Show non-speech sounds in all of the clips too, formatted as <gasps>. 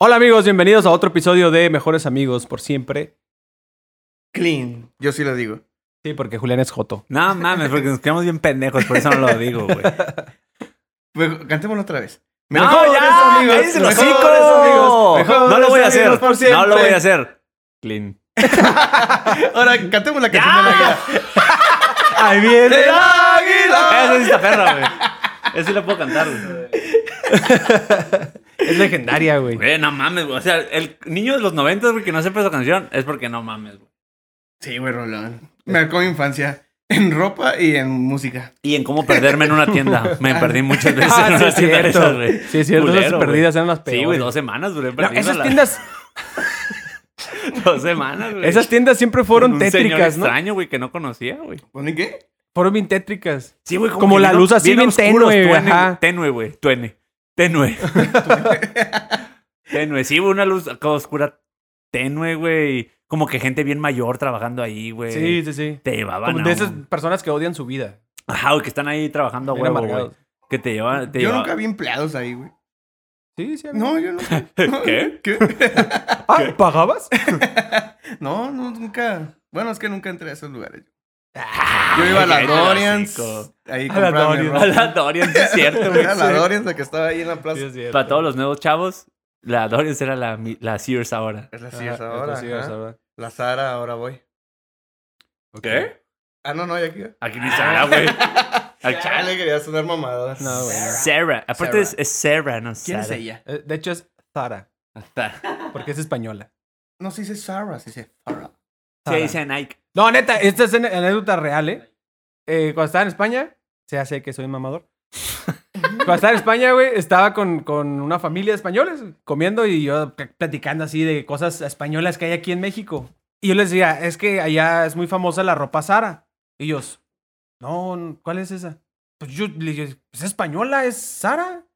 Hola amigos, bienvenidos a otro episodio de Mejores Amigos por siempre. Clean, yo sí lo digo. Sí, porque Julián es Joto. No mames, porque nos quedamos bien pendejos, por eso no lo digo, <laughs> güey. Pues, cantémoslo otra vez. No, ya, cállense los mejores hocicos. amigos, No lo voy a mejores hacer. amigos por No lo voy siempre. a hacer. Clean. Ahora cantemos la canción de la guerra. Ahí viene. ¡El águila! Esa Ah, sí está perra, güey. Esa sí la puedo cantar, güey. Es legendaria, güey. Güey, no mames, güey. O sea, el niño de los 90, güey, que no sepa esa canción, es porque no mames, güey. Sí, güey, Rolón. Marcó mi infancia en ropa y en música. Y en cómo perderme en una tienda. Me perdí <laughs> muchas veces Ah, sí en una es tienda de cierto. esas, güey. Sí es cierto, esas güey. perdidas eran las Sí, güey, peores. dos semanas duré No, perdiendo esas la- tiendas, <laughs> <laughs> Dos semanas, güey. esas tiendas siempre fueron Con un señor tétricas, ¿no? extraño, güey, que no conocía, güey. ¿Ponen qué? Fueron bien tétricas. Sí, güey. Como que la luz así bien oscuros, tenue, tuene, ajá. Tenue, güey. Tenue. <laughs> Tenue. tenue. Sí, güey, una luz acá oscura tenue, güey. Como que gente bien mayor trabajando ahí, güey. Sí, sí, sí. Te llevaban Como a de esas un- personas que odian su vida. Ajá, güey, que están ahí trabajando a Bien huevo, amargados. güey. Que te llevaban... Te Yo llevaba- nunca vi empleados ahí, güey. Sí, sí. amigo. No, yo <laughs> nunca. <laughs> ¿Qué? ¿Qué? Ah, ¿pagabas? No, no, nunca. Bueno, es que nunca entré a esos lugares. Ah, Yo iba a la cállate, Dorians. hocico. Ahí A la compraba mi Dorians. A ropa. la Dorian, <laughs> sí es <laughs> cierto, güey. Era la Dorians, la que estaba ahí en la plaza. Para todos los nuevos chavos, la Dorian era la, mi- la Sears ahora. Es la Ajá, Sears ahora. esto sí es ajá. ahora. La Sara, ahora voy. Ah, no, no, ya aquí. Aquí ni <laughs> Sara, güey. Al Chale, quería sonar mamada. No, güey. Sarah. Aparte Sarah. Es, es Sarah, no ¿Quién Sara. es ella? Eh, De hecho es Zara, <laughs> porque es española. No se dice Sara, se dice Farah. Se Sara. dice Nike. No, neta, esta es ane- anécdota real, ¿eh? Eh, Cuando estaba en España, se hace que soy mamador. Cuando estaba en España, güey, estaba con, con una familia de españoles comiendo y yo pl- platicando así de cosas españolas que hay aquí en México. Y yo les decía, es que allá es muy famosa la ropa Sara. Y ellos, no, n- ¿cuál es esa? Pues yo le dije, es española, es Sara.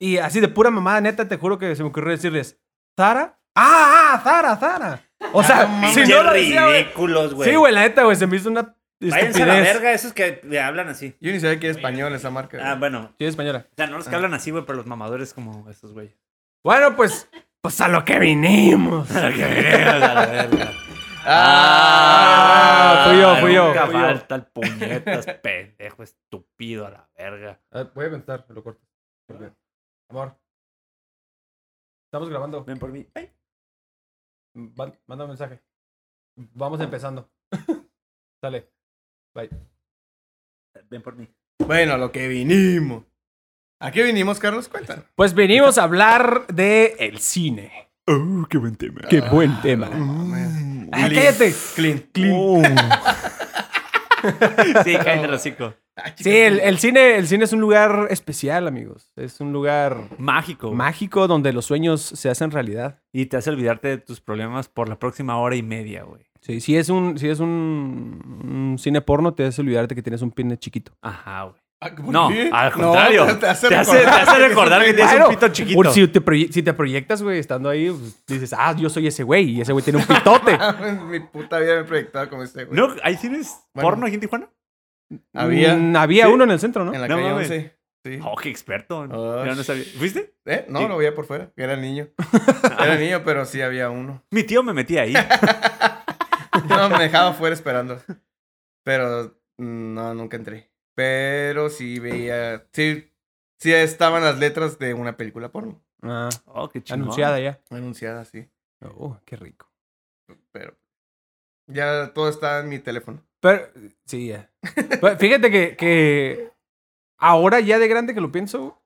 Y así de pura mamada, neta, te juro que se me ocurrió decirles, ¿Sara? ¡Ah, ah, Zara, Zara! O sea, Ah, si Pinche no lo decía, güey, ridículos, Sí, güey, la neta, güey, se me hizo una Váyanse a la estupidez. verga esos que le hablan así. Yo ni sabía que era español esa marca. Ah, bueno. Sí, española. O sea, no los que hablan así, güey, pero los mamadores como esos, güey. Bueno, pues, pues a lo que <laughs> vinimos. Ah, fui yo, fui yo, Nunca fui yo. falta el puñetas, pendejo, estúpido a la verga. voy a pensar, lo corto. Amor. Estamos grabando. Ven por mí. Ay. manda un mensaje. Vamos empezando. <laughs> Dale. Bye. Ven por mí. Bueno, a lo que vinimos. ¿A qué vinimos, Carlos? Cuéntanos. Pues venimos a hablar de el cine. Oh, qué buen tema. Qué buen tema. Mm. Ay, cállate. Clean. <laughs> Sí, caen del hocico. Ah, Sí, el, el cine, el cine es un lugar especial, amigos. Es un lugar Mágico. güey. mágico donde los sueños se hacen realidad. y te hace olvidarte de tus problemas por la próxima hora y media, güey. Sí, si es un, si es un, un cine porno, te hace olvidarte que tienes un pene chiquito. Ajá, güey. Ah, ¿por No, qué? al No, contrario. te- te hace te recordar hace que recordar <laughs> que tienes Claro, un pito chiquito. por si, te proye- si te proyectas, güey, estando ahí, pues, dices, ah, yo soy ese güey y ese güey tiene un <laughs> pitote. Ah, pues, Mi puta vida me he proyectado como este, güey. ¿No? ¿Ahí tienes Bueno. porno aquí en Tijuana? Había Mm, había ¿Sí? uno en el centro, ¿no? en la No calle mames. 11. Sí. Oh, qué Ah, experto. Oh, Yo no sabía. ¿Viste? ¿Eh? No, Sí. lo veía por fuera. Era <laughs> niño. Era niño, pero sí había uno. Mi tío me <laughs> metía ahí. No, me dejaba fuera esperando. Pero mm, no, nunca entré. Pero sí veía. Sí, sí estaban las letras de una película porno. Ah, Oh, qué chingón. anunciada ya. Anunciada, sí. Oh, qué rico. Pero. Ya todo está en mi <laughs> teléfono. Pero, sí, ya. Pero fíjate que, que ahora ya de grande que lo pienso,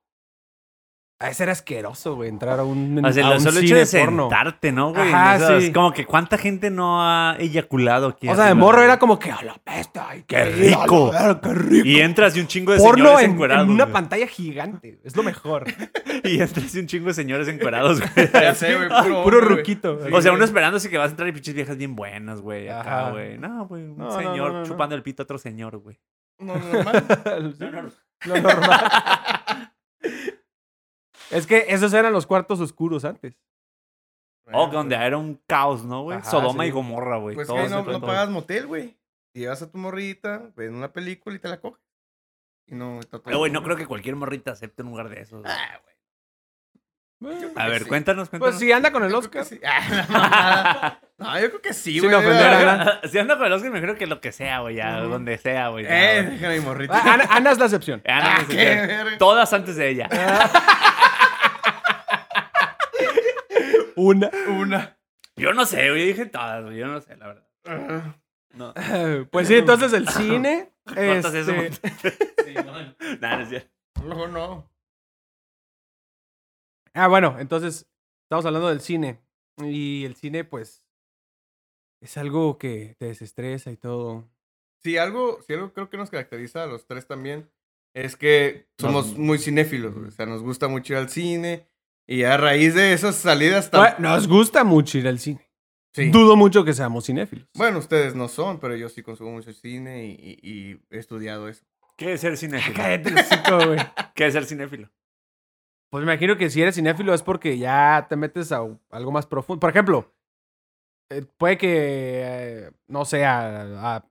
a ser asqueroso, güey, entrar a un, O sea, a lo un solo hecho cine de porno. sentarte, ¿no, güey? Ajá, O sea, es sí. Como que cuánta gente no ha eyaculado aquí. O sea, de así, morro güey? era como que, a la pesta, ay, qué rico. qué rico. Y entras y un chingo de porno señores en, encuerados. en una güey. pantalla gigante. Es lo mejor. <laughs> Y entras y un chingo de señores <laughs> encuerados, güey. Ya sé, güey. Puro, Puro hombre, güey. ruquito. O sea, uno esperándose que vas a entrar y pinches viejas bien buenas, güey. Acá, Ajá. güey. No, güey. Un No, no, señor no, no, no. chupando el pito a otro señor, güey. No, normal. Lo normal. es que esos eran los cuartos oscuros antes. <laughs> Oh, que donde era un caos, ¿no, güey? pues. Ajá, Sodoma sí. y Gomorra, güey. Pues que Todo ahí se no, fue no todo. pagas motel, güey. Llevas a tu morrita, ves una película y te la coges. Y no, está todo. Pero, güey, no creo que cualquier morrita acepte un lugar de esos. güey. Ah, güey. Eh, A ver, Sí. cuéntanos, cuéntanos. Pues si anda con el Yo creo que Oscar. sí. <laughs> Ah, la mamada. no, yo creo que sí, Sin güey. ofender a Gran- si ando con el Oscar, me creo que lo que sea, güey, ya, Ujú. donde sea, güey. ya, Eh, güey. déjame mi morrito. Ah, Ana, Ana es la <laughs> excepción. Ana, <laughs> Ah, no qué sé qué. verga. Todas antes de ella. Una. Una. Yo no sé, güey, dije todas, güey, yo no sé, la verdad. Ah, No. <laughs> Pues sí, entonces el cine. ¿Cuántas es este, eso? <laughs> Nah, no es cierto. Luego no. Ah, bueno, entonces estamos hablando del cine. Y el cine, pues, es algo que te desestresa y todo. Sí, algo, sí, algo creo que nos caracteriza a los tres también es que somos Nos- muy cinéfilos. güey. O sea, nos gusta mucho ir al cine. Y a raíz de esas salidas tan... Bueno, nos gusta mucho ir al cine. Sí. Dudo mucho que seamos cinéfilos. Bueno, ustedes no son, pero yo sí consumo mucho cine y, y- y he estudiado eso. ¿Qué Ah, es ser cinéfilo? Cállate, el hocico, güey. ¿Qué es ser cinéfilo? Pues me imagino que si eres cinéfilo es porque ya te metes a u- algo más profundo. Por ejemplo, eh, puede que, eh, no sé, a, a-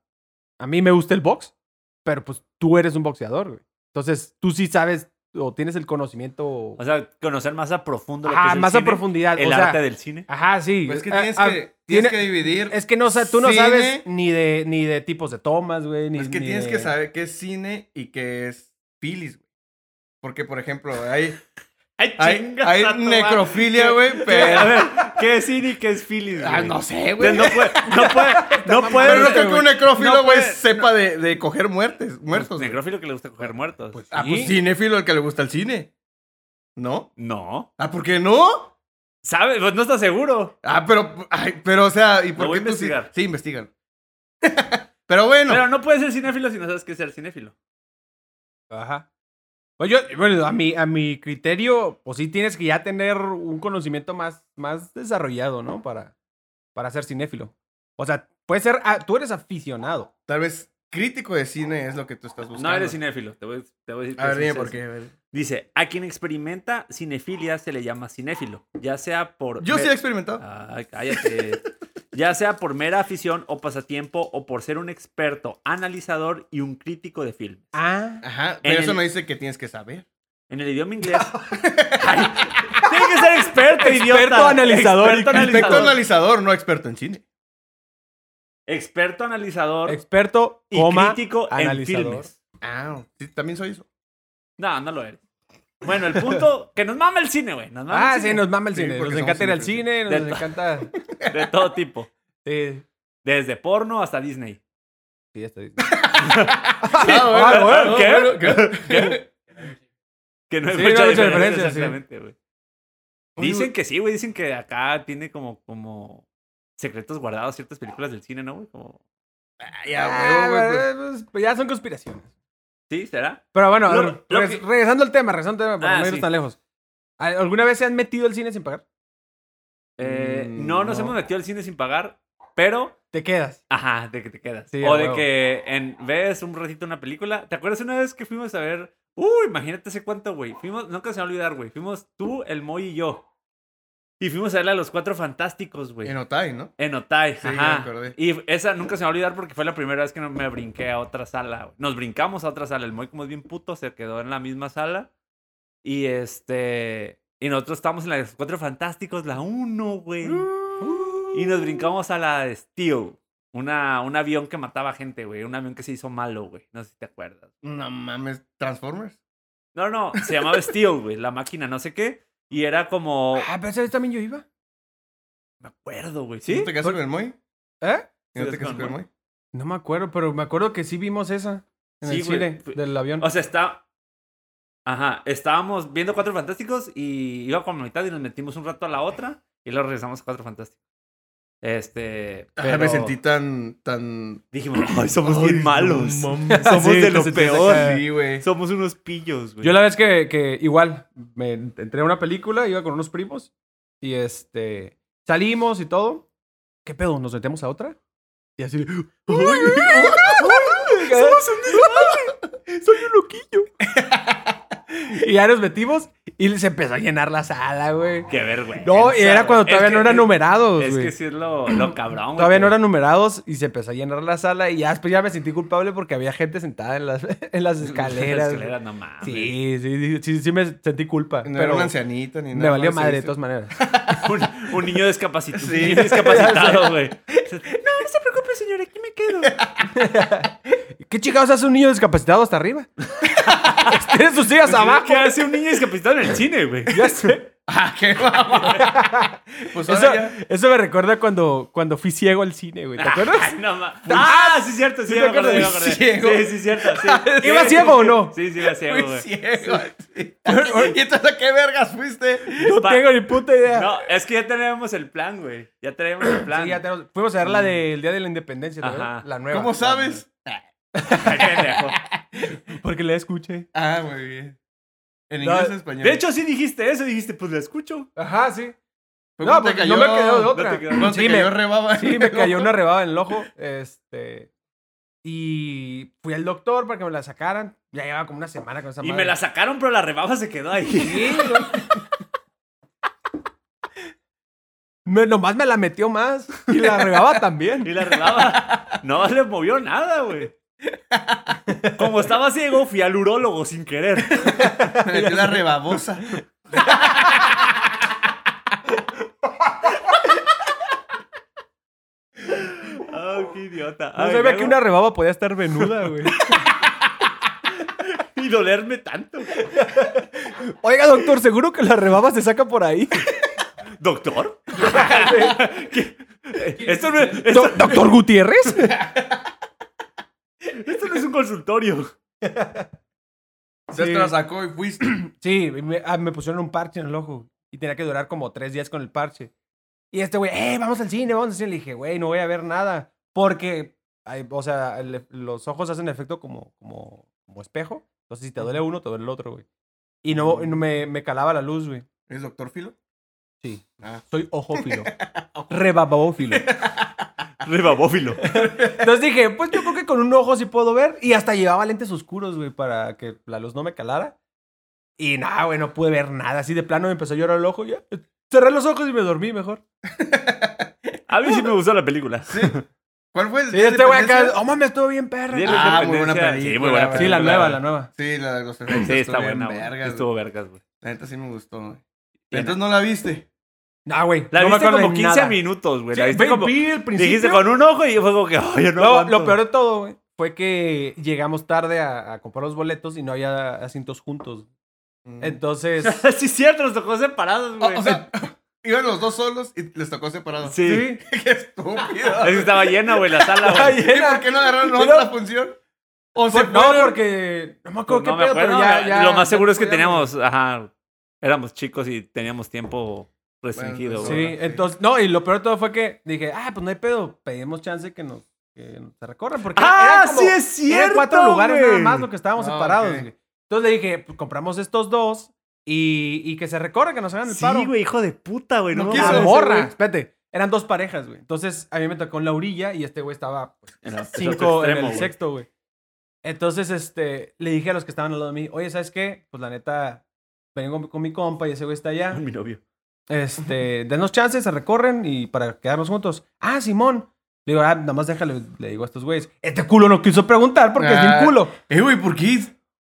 a mí me gusta el box, pero pues tú eres un boxeador, güey. Entonces tú sí sabes o tienes el conocimiento O sea, conocer más a profundo lo que ah, es el más a cine, profundidad. El o sea, arte del cine. Ajá, sí. Pues es que Ah, tienes, ah, que, tiene- tienes que dividir... Es que no, sa- tú no Cine. sabes ni de, ni de tipos de tomas, güey. Ni, Es que ni tienes de- que saber qué es cine y qué es filis, güey. Porque, por ejemplo, <laughs> hay, Ay, hay, chingas hay a tu madre. necrofilia, güey, A pero... ver, ¿qué es cine y qué es filis, Ah, güey? no sé, No puede, güey. no puede, no puede. Pero no creo que un necrófilo, No Pues, güey, puede- sepa de, de coger muertes, muertos. güey. Necrófilo que le gusta coger muertos. Pues, Ah, pues cinéfilo el que le gusta el cine. ¿No? No. Ah, ¿por qué no? ¿Sabes? Pues no estás seguro. Ah, pero, ay, pero, o sea, ¿y por voy qué a tú sí- investigar. Sí, investigan. <laughs> pero bueno. Pero no puedes ser cinéfilo si no sabes qué es ser cinéfilo. Ajá. Pues yo, bueno, a mi, a mi criterio, pues sí tienes que ya tener un conocimiento más, más desarrollado, ¿no? Para, para ser cinéfilo. O sea, puede ser, ah, tú eres aficionado. Tal vez crítico de cine es lo que tú estás buscando. No eres cinéfilo. Te voy, te voy a decir A qué ver, es dime eso. por qué. a ver. Dice, a quien experimenta cinefilia se le llama cinéfilo, ya sea por... Yo me- sí he experimentado. Ay, cállate. ya sea por mera afición o pasatiempo o por ser un experto, analizador y un crítico de film. Ah. Ajá, pero en eso el- no dice que tienes que saber. En el <laughs> idioma inglés... Ay, tiene que ser experto, idiota. analizador y Experto crítico. Experto analizador. analizador, no experto en cine. Experto analizador Experto, y coma, crítico analizador. en filmes. Ah, sí, también soy eso. No, no lo eres. Bueno, el <laughs> punto... Que nos mama el cine, güey. Nos mama Ah, el sí, cine nos mama el Sí, cine. porque Nos somos encanta ir al cinéfilos. cine, nos Del- <laughs> encanta. De todo tipo. Sí, Desde porno hasta Disney. sí, ya estoy. Ah, bueno, bueno, bueno, ¿Qué? Que no hay Sí, mucha no hay mucha diferencia, diferencia, sí. exactamente, güey. Oye, Dicen güey. que sí, güey. Dicen que acá tiene como, como secretos guardados ciertas películas del cine, ¿no, güey? Como... Ay, a huevo, güey, pues. Ah, pues, pues ya son conspiraciones. ¿Sí? ¿Será? Pero bueno, Lo- re- lo res- que- regresando al tema, regresando al tema, para Ah, no irnos sí. tan lejos. ¿Alguna vez se han metido al cine sin pagar? Eh, Mm, no nos no. hemos metido al cine sin pagar, pero... Te quedas. Ajá, de que te quedas. Sí, o a de huevo. que en, ves un ratito una película. ¿Te acuerdas una vez que fuimos a ver... Uh, imagínate hace cuánto, güey. Fuimos, nunca se me va a olvidar, güey. Fuimos tú, el Moy y yo. Y fuimos a ver a los Cuatro Fantásticos, güey. En Otay, ¿no? En Otay, Sí, ya me ajá. acordé. Y esa nunca se me va a olvidar porque fue la primera vez que no- me brinqué a otra sala. güey. Nos brincamos a otra sala. El Moy, como es bien puto, se quedó en la misma sala. Y este. Y nosotros estábamos en la de los Cuatro Fantásticos, la 1, güey. Y Uh. nos brincamos a la de Steel. Una, un avión que mataba gente, güey. Un avión que se hizo malo, güey. No sé si te acuerdas. No mames, Transformers. No, no, se llamaba Steel, güey. La máquina, no sé qué. Y era como. Ah, pero esa vez también yo iba. Me acuerdo, güey. ¿No ¿Sí? te casas con el Moy? ¿Eh? ¿No te Sí, es casas con con el el Moy? No me acuerdo, pero me acuerdo que sí vimos esa en Sí, el güey. cine Fue- del avión. O sea, está. Ajá, estábamos viendo Cuatro Fantásticos y iba como la mitad y nos metimos un rato a la otra y luego regresamos a Cuatro Fantásticos. Este. Ah, pero me sentí tan, tan... Dijimos, ay, somos Ay, bien no malos. <laughs> mames. Somos Sí, de te lo sentiste peor. acá. Sí, güey. Somos unos pillos, güey. yo la vez que, que igual me entré a una película, iba con unos primos y este salimos y todo. ¿Qué pedo? ¿Nos metemos a otra? Y <gasps> así. <laughs> <laughs> ¡Somos un desmadre! ¡Soy un loquillo! y ya nos metimos Y se empezó a llenar la sala, güey. Qué vergüenza. No, y era cuando güey. todavía Ah, Es no que- eran numerados, Es güey. que sí es lo, lo cabrón, güey. Todavía no que- eran numerados y se empezó a llenar la sala y ya después ya me sentí culpable porque había gente sentada en las, <laughs> en las escaleras. <laughs> Las escaleras, no mames. sí, sí, sí, sí, sí me sentí culpa. No era pero un ancianito ni nada. este. me valió más, madre de sí, todas maneras. <laughs> <laughs> Un, un niño discapacitado. Sí. niño <laughs> discapacitado, güey. No, no se preocupe, señor, aquí me <laughs> quedo. ¿Qué chingados hace un niño discapacitado hasta arriba? <laughs> Tiene sus sillas abajo. ¿Qué hace un niño discapacitado en el cine, güey? Ya sé. Ah, qué mamá. pues Eso, <laughs> ahora ya. eso me recuerda cuando, cuando fui ciego al cine, güey. ¿Te acuerdas? Ay, <laughs> no ma- Ah, sí, cierto, sí, ¿Sí te me acordé, me acuerdas? acordé. Ciego. Sí, sí, cierto. Sí. <laughs> ¿Iba ciego o no? Sí, sí, iba ciego, Muy güey. ciego. sí. <laughs> ¿Y entonces a qué vergas fuiste? No Pa- tengo ni puta idea. No, es que ya tenemos el plan, güey. Ya <clears throat> tenemos el plan. <laughs> Mm. Sí, ya tenemos- Fuimos a ver la del Día de la Independencia, ¿te Ajá. acuerdas? La nueva. ¿Cómo sabes? Ay, <laughs> pendejo. Porque la escuché. Ah, muy bien. En No, inglés o español. De hecho, sí dijiste eso. Dijiste, pues la escucho. Ajá, sí. Fue No, cuando te porque no me cayó- quedó de No otra. te quedó- cuando te sí, cayó me, rebaba. sí, <laughs> me cayó una rebaba en el ojo. Este. Y fui al doctor para que me la sacaran. Ya llevaba como una semana con esa Y madre. me la sacaron, pero la rebaba se quedó ahí. Sí, no. Me- nomás me la metió más. Y la regaba Y <laughs> también. la rebaba no le movió nada, güey. Como estaba ciego, fui al urólogo sin querer. <laughs> Me metió la rebabosa. Ah, qué idiota. No Ay, sabía que luego- una rebaba podía estar venuda, <laughs> güey. Y dolerme tanto. Oiga, doctor, ¿seguro que la rebaba se saca por <laughs> ahí? ¿Doctor? ¿Qué? Esto, no, es- Do- ¿Doctor Gutiérrez? esto no es un consultorio. Entonces Sí. te la sacó y fuiste. Sí, me, ah, me pusieron un parche en el ojo y tenía que durar como tres días con el parche. Y este güey, eh, vamos al cine, vamos al cine. Le dije, güey, no voy a ver nada. Porque, ay, o sea, el- los ojos hacen efecto como, como, como espejo. Entonces, si te duele uno, te duele el otro, güey. Y no, y no me, me calaba la luz, güey. ¿Es doctor Filo? Sí. Ah. Soy ojófilo. Rebabófilo. Rebabófilo. Entonces dije, pues yo creo que con un ojo sí puedo ver. Y hasta llevaba lentes oscuros, güey, para que la luz no me calara. Y nada, güey, no pude ver nada. Así de plano me empezó a llorar el ojo. Ya. Cerré los ojos y me dormí mejor. A mí sí me gustó la película. Sí. ¿Cuál fue el Sí, día de este güey acá, independencia? oh mames, estuvo bien perra. Día de Ah, la muy buena Independencia. película. Sí, muy buena Sí, la película, nueva, güey. la nueva. Sí, la de los Sí, está buena, güey. Vergas, Estuvo vergas, güey. La neta sí me gustó, güey. Y Entonces no la viste. No, güey. La no me viste acuerdo como de 15 nada. minutos, güey. Sí, La viste vi- como... vi el Dijiste principio. con un ojo y fue como que, ay, yo no Lo, aguanto". lo peor de todo, güey, fue que llegamos tarde a, a comprar los boletos y no había asientos juntos. Mm. Entonces, <laughs> sí, es cierto, nos tocó separados, O, güey. o sea, <laughs> iban los dos solos y les tocó separados. sí. sí. <laughs> Qué estúpido. Es que estaba llena, güey, la <laughs> sala, Estaba güey. llena. ¿Y por qué no agarraron Pero- otra función? O se Por- no, fueron- porque no me acuerdo qué No me pedo, pero acuerdo, ya, ya- Lo más ya seguro es que podíamos. teníamos, ajá, éramos chicos y teníamos tiempo restringido, pues, güey. Sí, entonces, no, y lo peor de todo fue que dije, ah, pues no hay pedo, pedimos chance que nos, que nos recorran, porque ¡Ah, eran como- sí es cierto, eran cuatro lugares güey! nada más lo que estábamos Ah, separados. ok. güey. Entonces le dije, pues compramos estos dos y, y que se recorra, que nos hagan el paro. Sí, güey, hijo de puta, güey. No, No me quiso La eso, acuerdo. morra, güey. espérate, eran dos parejas, güey. Entonces a mí me tocó en la orilla y este güey estaba En el cinco en extremo, el güey. sexto, güey. Entonces, este, le dije a los que estaban al lado de mí, oye, ¿sabes qué? Pues la neta, vengo con, con mi compa y ese güey está allá. Con Mi novio. Este, denos chances, se recorren y para quedarnos juntos. Ah, Simón. Le digo, ah, nada más déjale, le digo a estos güeyes. Este culo no quiso preguntar porque es Ah. bien culo. Eh, güey, ¿por qué?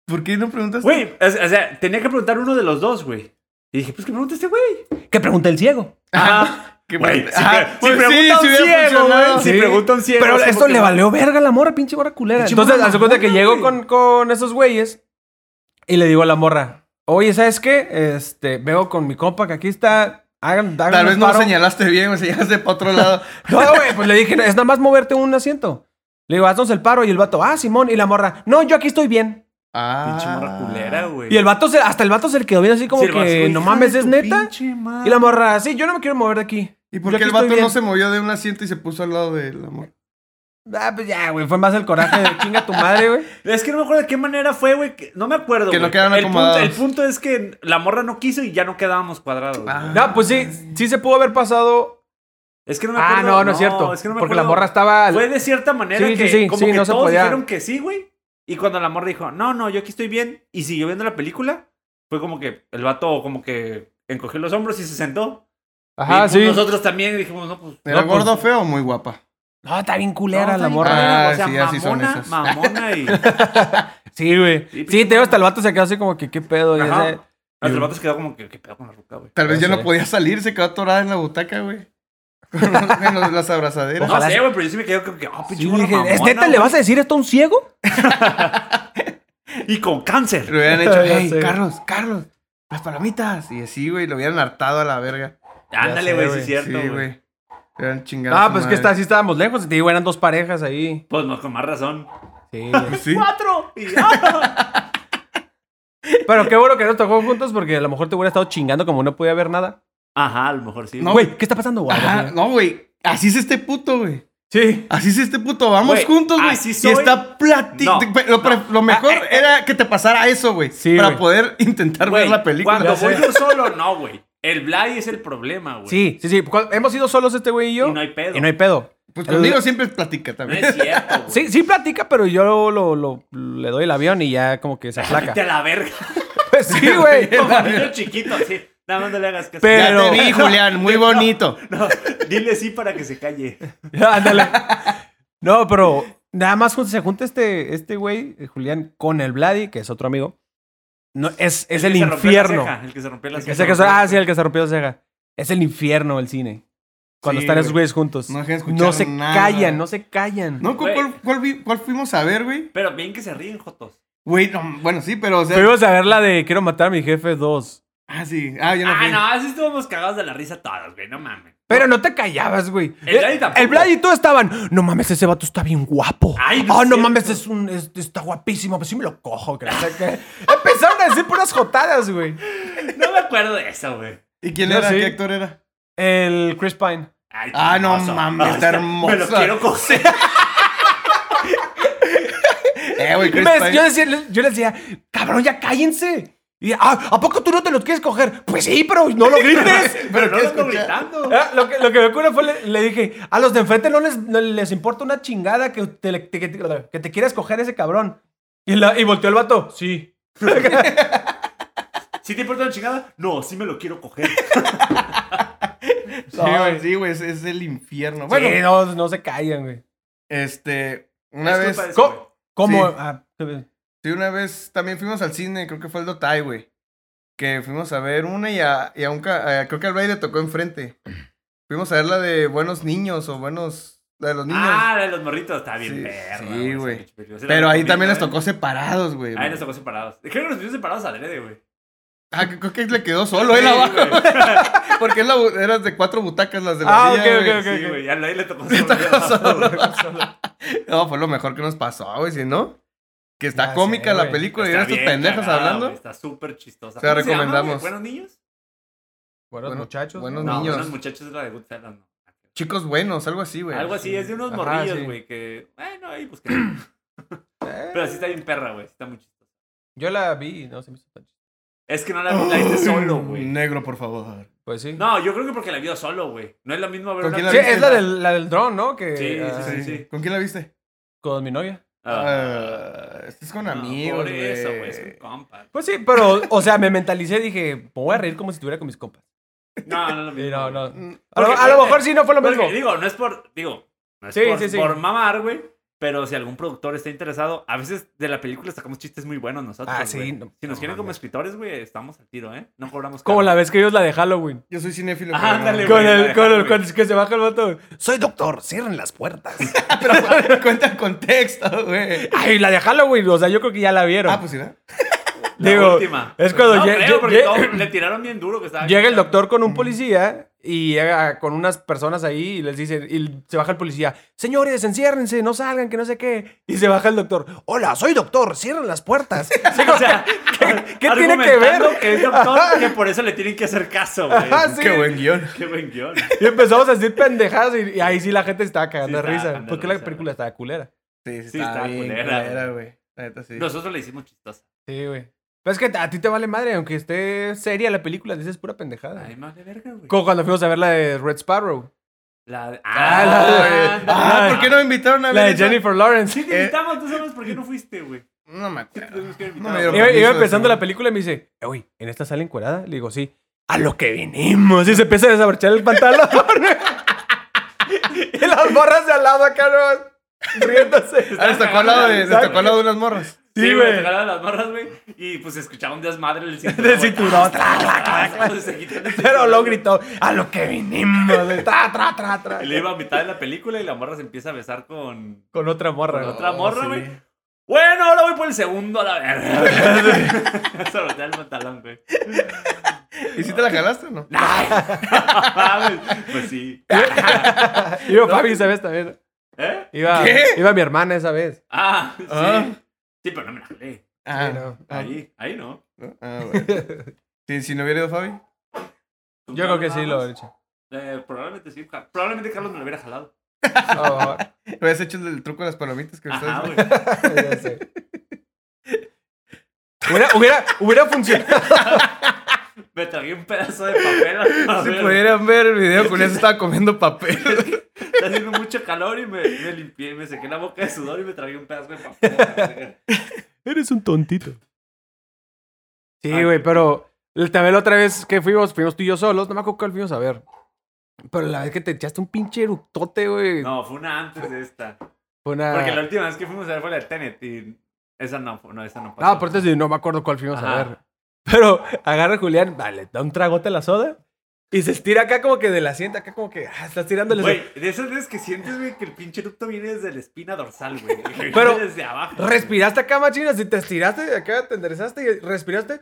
¿Por qué no preguntaste? Güey, o sea, o sea, tenía que preguntar uno de los dos, güey. Y dije, pues que pregunte este <laughs> güey. Que pregunte el ciego. Ajá. ¿Qué Güey, pre- si, Ah, pre- si pues sí, pregunta sí un hubiera ciego, funcionado. güey. Si Sí. pregunta un ciego. Pero es como esto que le no. valió verga la morra, pinche morra culera. Pinche Entonces, morra hace cuenta que mamona, llego güey. con, con esos güeyes y le digo a la morra, oye, ¿sabes qué? Este, veo con mi compa que aquí está. Hagan, hagan un Tal vez no lo paro". señalaste bien, o señalaste para otro lado. No, güey, pues le dije, es nada más moverte un asiento. Le digo, haznos el paro y el vato, ah, Simón. Y la morra, no, yo aquí estoy bien. Ah. Pinche morra culera, güey. Y el vato, se- hasta el vato se le quedó bien así como Sí, el vato, que, hijo no de mames, tu ¿es neta? pinche madre. Y la morra, sí, yo no me quiero mover de aquí. ¿Y Yo por aquí qué el estoy vato bien. no se movió de un asiento y se puso al lado del amor? Ah, pues ya, güey, fue más el coraje de chinga tu madre, <laughs> güey. Es que no me acuerdo de qué manera fue, güey. que- No me acuerdo. Que no güey. quedaron el punto, acomodados. el punto es que la morra no quiso y ya no quedábamos cuadrados. güey. Ah. No, pues sí, sí se pudo haber pasado. Es que no me acuerdo. Ah, no, no es cierto. es que no me porque la acuerdo. morra estaba. Fue de cierta manera Sí, sí, que sí, como sí, que no se todos podía. dijeron que sí, güey. Y cuando la morra dijo, no, no, yo aquí estoy bien. Y siguió viendo la película. fue como que el vato como que encogió los hombros y se sentó. Ajá, y pues, sí. Nosotros también dijimos, no, pues. ¿Era No, pues- gordo feo o muy guapa? No, está bien culera no, la está bien morra. culera, Ah, o sea, sí, así son mamona, esas. mamona <laughs> y. Sí, güey. Sí, Sí, te digo, hasta el vato se quedó así como que, ¿qué pedo? Y Ajá. ese- Hasta el vato se quedó como que, ¿qué pedo con la ruca, güey? Tal vez Ya ya sé. no podía salir, se quedó atorada en la butaca, güey. <laughs> Con los- las abrazaderas. Ojalá no sé, se- güey, pero yo sí me quedé como que, ah, pinche Sí, morra dije, ¿es mamona, neta le güey". vas a decir esto a un ciego? Y con cáncer. Lo hubieran hecho, Ya hey, sé. Carlos, Carlos, las palomitas. Y así, güey, lo hubieran hartado a la verga. Ándale, sé, güey, sí güey. es cierto, sí, güey. güey. Lo hubieran chingado. a Ah, su pues que madre. está, sí estábamos lejos. Y te digo, eran dos parejas ahí. Pues no, con más razón. <laughs> Sí. Sí. ¡Cuatro! Y, <laughs> ¡ah! Pero qué bueno que nos tocó juntos porque a lo mejor te hubiera estado chingando como no podía ver nada. Ajá, a lo mejor sí. No, güey. Güey, ¿qué está pasando? güey? Ajá, no, güey. Así es este puto, güey. Sí. Así es este puto. Vamos Güey, juntos, güey. así Y soy. está No, Ah, eh, platicando. lo, pre- lo mejor era que te pasara eso, güey. Sí, para güey. poder intentar Güey, ver la película. Cuando Ya sé. voy yo solo, no, güey. El Vlad es el problema, güey. Sí, sí, sí. Cu- Hemos ido solos este güey y yo. Y no hay pedo. Y no hay pedo. Eh, Pues conmigo siempre platica No también. es cierto, <laughs> güey. Sí, sí platica, pero yo lo, lo- lo- le doy el avión y ya como que se <laughs> Vete a aplaca. la verga. <laughs> Pues sí, <laughs> güey. Como niño chiquito, sí. Nada más no le hagas caso. Pero- <laughs> Ya te vi, Julián. Muy bonito. No, dile sí para que se calle. <laughs> Ándale. No, pero nada más jun- se junta este, este güey, eh, Julián, con el Vladi, que es otro amigo. No, es, es el que se rompió la infierno. ceja, el que se rompió la El que ceja. se- que se- ah, sí, el que se rompió la ceja. Es el infierno el cine. Cuando Sí, están esos güey. güeyes juntos. No, No dejan escuchar se nada. callan, no se callan. No, ¿cu- Güey. ¿cuál, cuál vi- cuál fuimos a ver, güey? Pero bien que se ríen, Jotos. Güey, no, bueno, sí, pero o sea. Fuimos a ver la de Quiero matar a mi jefe 2. Ah, sí. Ah, yo no Ah, fui. no, así estuvimos cagados de la risa todos, güey. No mames. Pero no te callabas, güey. El Vladi tampoco. El Vladi y tú estaban. No mames, ese vato está bien guapo. Ay, Ah, no es no cierto. mames, es un, es- está guapísimo. Pues sí me lo cojo, que no sé qué. <laughs> Empezaron a decir puras jotadas, güey. No me acuerdo de eso, güey. ¿Y quién Yo era? sí. ¿Qué actor era? El Chris Pine. Ay, qué Ah, no hermoso. mames, está hermoso. Me lo quiero coser. <laughs> Eh, güey, Chris ¿Ves? Pine. Yo, decía, yo les decía, cabrón, ya cállense. Y, ah, ¿A poco tú no te lo quieres coger? Pues sí, pero no lo grites. Pero no ¿qué lo ando escucha? gritando. <laughs> Ah, lo, que, lo que me ocurre fue, le, le dije, a los de enfrente no les, no les importa una chingada que te, que te- que te quieras coger ese cabrón. Y, la, y volteó el vato, sí. ¿Sí te importa la chingada? No, sí me lo quiero <laughs> coger. Sí, güey. No, sí, güey, es, es el infierno. Bueno, Bueno, no, no se callan, güey. este, una vez, Disculpa, disculpa. Co- güey. ¿Cómo? Sí. Ah, sí, una vez también fuimos al cine, creo que fue el Dotay, güey. Que fuimos a ver una y a, y a un, ca- a- creo que al Ray le tocó enfrente. Fuimos a ver la de Buenos Niños o Buenos, la de los niños. Ah, la de los morritos está bien Sí, perra. sí, esa güey. pinche película. Sí, la Pero ahí recomiendo, también les ¿eh? tocó separados, güey. Ahí nos tocó separados. Creo que nos vimos separados adrede, güey. Ah, que- creo que le quedó solo él Sí, abajo. güey. Porque es la bu- eran de cuatro butacas las de la Ah, orilla, ok, güey. ok, Sí, güey, a nadie le <laughs> tocó <laughs> solo. <laughs> No, fue lo mejor que nos pasó, güey, si no. Que está Ya cómica sé, la güey. película y Está eran estos bien pendejos cagada, hablando. güey, Está súper chistosa. Se la ¿Cómo llama, güey? recomendamos. ¿Buenos niños? Buenos Bueno, muchachos. buenos ¿no? No, niños. Buenos muchachos es la de Goodfellas, no. Chicos buenos, algo así, güey. Algo así, es de unos Ajá, morrillos, Pues sí. güey, que... Bueno, ahí busquen. Pero sí está bien perra, güey, está muy chistosa. Eh, Yo la vi, no se me hizo tan chida. Es que no la, la viste solo, güey. Negro, por favor. Pues sí. No, yo creo que porque la vio solo, güey. No es la misma ver ¿Con una... quién sí, viste es la la- del, la del dron, ¿no? Que, Sí, sí, ah, sí. ¿Con quién la viste? Con mi novia. Ah, Ah, es con no, amigos, Por güey. eso, güey, es un compa. Pues sí, pero, o sea, me mentalicé y dije, me voy a reír como si estuviera con mis compas. No, no es lo Y mismo. no, no. Mm, A lo, Porque- a lo mejor sí no fue lo Porque, mismo. digo, no es por. Digo, no es Sí, por, sí, sí. por mamar, güey. Pero si algún productor está interesado, a veces de la película sacamos chistes muy buenos nosotros. Ah, sí, güey. no- si nos no quieren como mames. escritores, güey, estamos al tiro, ¿eh? No cobramos. Como la caro. vez que vimos la de Halloween. Yo soy cinéfilo. Ah, pero no. ándale, Sí, Con güey, la el, de con el, Halloween. con el que se baja el vato. Soy doctor, cierren las puertas. <laughs> Pero <laughs> cuenta el contexto, güey. Ay, la de Halloween, o sea, yo creo que ya la vieron. Ah, pues sí, ¿verdad? La digo, última. es cuando no, lle- creo, lle- porque lle- todos le tiraron bien duro que estaba. Llega el doctor con un policía y llega con unas personas ahí y les dice, y se baja el policía, señores, enciérrense, no salgan, que no sé qué. Y se baja el doctor, hola, soy doctor, cierren las <laughs> puertas. O sea, <laughs> ¿qué- qué tiene que ver? argumentando que es doctor, que por eso le tienen que hacer caso, güey. Ajá, sí. Qué buen guión. Qué buen <laughs> guión. <laughs> Y empezamos a decir pendejadas y, y ahí sí la gente se estaba cagando de Sí, estaba risa. cagando Porque de la risa, película estaba culera. Sí, sí, Sí, está está bien culera, culera, güey. La neta, sí. Nosotros le hicimos chistosa. Sí, güey. Pero es que a ti te vale madre, aunque esté seria la película, dices pura pendejada. Ay, más de verga, güey. Como cuando fuimos a ver la de Red Sparrow. La de... Ah, Eh. Ah, la güey. de- ándale. Ah, ¿por qué no me invitaron a ver La de esa? <laughs> Jennifer Lawrence. Sí, te invitamos, tú sabes por qué no fuiste, güey. No me acuerdo. Tuvimos que ir No invitado. me dieron- Iba, permiso iba de empezando Simón. la película y me dice, "Eh, güey, ¿en esta sala encuerada? Le digo, sí. A lo que vinimos. Y se empieza a desabrochar el pantalón. <laughs> y las morras de al lado acá, ¿no? Riéndose. Ah, les tocó al lado de, les ¿Sabes? tocó al lado de unas morras. Sí, Sí, güey. güey. se jalaron las barras, güey. Y pues escuchaba un desmadre del cinturón. Del güey. cinturón. tra, tra, tra. <laughs> Entonces, se <laughs> quitaron el Pero cinturón, lo güey. gritó, a lo que vinimos. de Tra, tra, tra, tra. Y le iba a mitad de la película y la morra se empieza a besar con, Con otra morra. con güey. otra Oh, morra, sí. güey. Bueno, ahora voy por el segundo a <laughs> la verga. <laughs> Se voltea el pantalón, güey. ¿Y si te la jalaste o no? Mames, <laughs> pues sí. <laughs> Iba Fabi esa vez también. ¿Eh? Iba, ¿Qué? iba mi hermana esa vez. Ah, sí. Ah. Sí, pero no me la jalé. Ah, Sí, no. ah, Ahí, ahí no. ah, bueno. Si, si no hubiera ido Fabi. Tú Yo creo que nada sí lo más. he hecho. Eh, probablemente sí. ja- Probablemente Carlos me lo hubiera jalado. Oh, Hubieras hecho el, el truco de las palomitas que Ajá, ustedes. güey. ya sé. Hubiera, hubiera, hubiera funcionado. Me tragué un pedazo de papel. a la Si verga. pudieran ver el video, Julián se estaba comiendo papel. <laughs> Está haciendo mucho calor y me, me limpié, me sequé la boca de sudor y me tragué un pedazo de papel. a la verga. Eres un tontito. Sí, Ah. güey, pero el- también la otra vez que fuimos, fuimos tú y yo solos, no me acuerdo cuál fuimos a ver. Pero la vez que te echaste un pinche eructote, güey. No, fue una antes de esta. Fue una... Ah, Porque la última vez que fuimos a ver fue la de Tenet y esa no, fue- no, esa no pasó. Ah, por eso sí, no me acuerdo cuál fuimos Ajá. a ver. Pero agarra a Julián, vale, da un tragote a la soda y se estira acá como que de la asiento, acá como que ah, estás tirándole. Güey, de esas veces que sientes, güey, que el pinche eructo viene desde la espina dorsal, güey. Viene Pero- desde abajo. güey. Respiraste acá, machina, si te estiraste, acá te enderezaste y respiraste.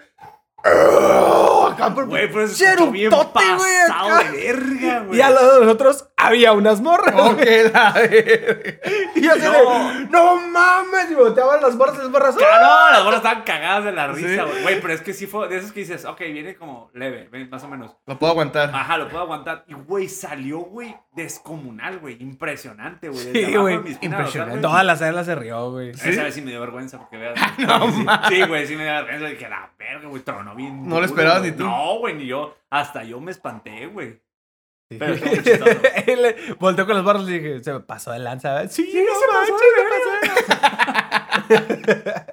Acá por Güey, pero se Pinche escuchó bien eructote, güey, pasado acá. de verga, güey. Y al lado de nosotros había unas morras. Oh, que la verga. Y yo así No. de, no mames, y volteaban las morras, las morras. Ah, No, las bolas estaban cagadas de la risa, Sí. güey. Güey, pero es que sí fue de esos que dices, ok, viene como leve, ven, más o menos. Lo puedo aguantar. Ajá, lo puedo aguantar. Y, güey, salió, güey, descomunal, güey. Impresionante, güey. desde Sí, abajo de güey, mi espina dorsal, impresionante. Ah, güey. Todas las salas se rió, <laughs> güey. Esa vez sí me dio vergüenza <laughs> porque veas. sí, sí, güey, sí me dio vergüenza. Dije, la verga, güey, tronó bien. No duro, lo esperabas güey". ni tú. No, güey, ni yo. Hasta yo me espanté, güey. Sí. Pero estuvo muy chistoso. Él eh, volteó con las barras y le dije, se me pasó de lanza. ¿verdad? Sí, no manches, se pasó de lanza.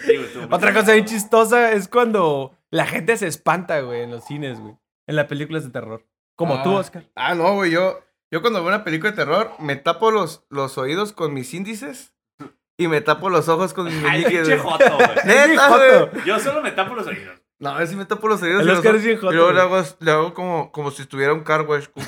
Sí, <laughs> güey, estuvo muy Otra cosa cagado. bien chistosa es cuando la gente se espanta, güey, en los cines, güey. En las películas de terror. Como Ah. tú, Oscar. Ah, no, güey. Yo, yo cuando veo una película de terror, me tapo los, los oídos con mis índices y me tapo los ojos con mis <laughs> <laughs> Ay, meñiques. pinche güey. joto, güey. Es bien Neta, joto. güey. Yo solo me tapo los oídos. No, a ver si me tapo los oídos. El y los Oscar ojos. es bien joto, Y luego le güey. hago, le hago como, como si estuviera un car wash. como-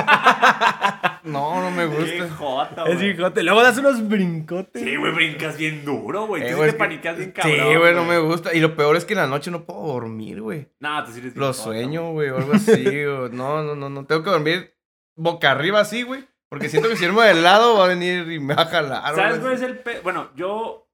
así. No, no <laughs> me Qué gusta. joto, Es güey. hijote. Luego das unos brincotes. Sí, güey, brincas bien duro, güey. Eh, Tú sí güey, te es que- paniqueas bien Sí, cabrón. güey, no me gusta. Y lo peor es que en la noche no puedo dormir, güey. No, tú sí eres bien Los joto, sueño, güey, o algo así, güey. No, no, no, no. Tengo que dormir boca arriba así, güey. Porque siento que si duermo de lado va a venir y me va a jalar. ¿Sabes güey. cuál es el pe... Bueno, yo...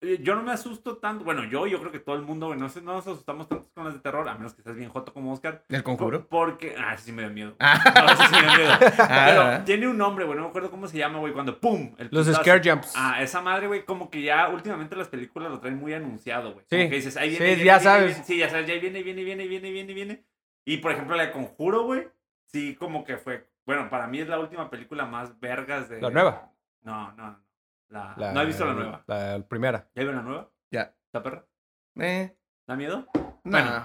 eh, Yo no me asusto tanto. Bueno, yo, yo creo que todo el mundo, güey, no, se- no nos asustamos tanto con las de terror, a menos que seas bien joto como Oscar. ¿Del conjuro? Porque... Ah, sí me da miedo. Ah, No, eso sí me da miedo. Pero <laughs> ah, tiene un nombre, güey, no me acuerdo cómo se llama, güey, cuando ¡pum! El Los putazo. scare jumps. Ah, esa madre, güey, como que ya últimamente las películas lo traen muy anunciado, güey. Sí. Como que dices, ahí viene, Sí, ahí viene, ya ahí viene, sabes. ahí viene. Sí, ya sabes, ya ahí viene, ahí viene, ahí viene, ahí viene, ahí viene, ahí viene. Y por ejemplo, la de Conjuro, güey, sí, como que fue. Bueno, para mí es la última película más vergas de. ¿La nueva? No, no, no. La- No he visto la nueva. La, primera. ¿Ya vieron la nueva? Ya. ¿Está perra? eh, ¿Da miedo? nah,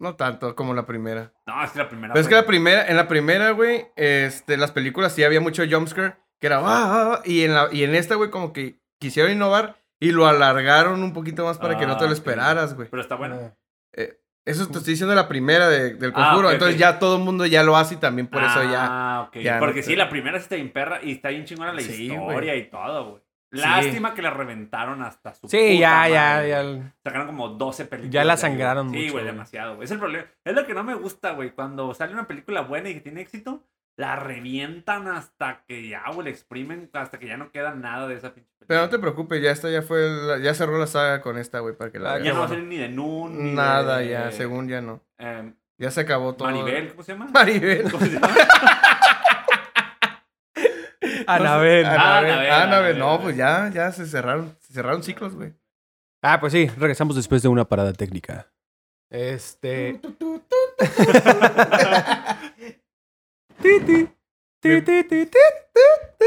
No tanto como la primera. No, es que la primera. Pero es fue- que la primera, en la primera, güey, este, las películas sí había mucho jumpscare, que era, "Ah", y en, la, y en esta, güey, como que quisieron innovar y lo alargaron un poquito más para que no te Ah, lo ok. esperaras, güey. Pero está buena. Ah. Eso te estoy diciendo la primera de- del Ah, conjuro. ok, Entonces ok. ya todo el mundo ya lo hace y también por eso ya. Ah, ok. ya no Porque te- sí, la primera sí está bien perra y está bien chingona la Sí, historia y todo, güey. Lástima que la reventaron hasta su Sí, puta ya, madre, ya, güey. ya. Sacaron como 12 películas. Ya la de ahí, sangraron güey. Sí, mucho, güey, güey. demasiado, güey. Es el problema. Es lo que no me gusta, güey. Cuando sale una película buena y que tiene éxito, la revientan hasta que ya, güey, la exprimen hasta que ya no queda nada de esa pinche película. Pero no te preocupes, ya esta ya fue, la- ya cerró la saga con esta, güey, para que la Ah, Ya veas. no va a bueno. salir ni de Nun, ni Nada de, ya, según ya no. eh, Ya se acabó todo. Maribel, ¿cómo se llama? <laughs> Maribel. ¿Cómo se <laughs> llama? Anabel. Ah, Anabel. Anabel, Anabel. Anabel. No, pues ya, ya se cerraron, se cerraron ciclos, güey. Ah, pues sí, regresamos después de una parada técnica. Este. <laughs> Ti, ti, ti, ti, ti, ti, ti, ti.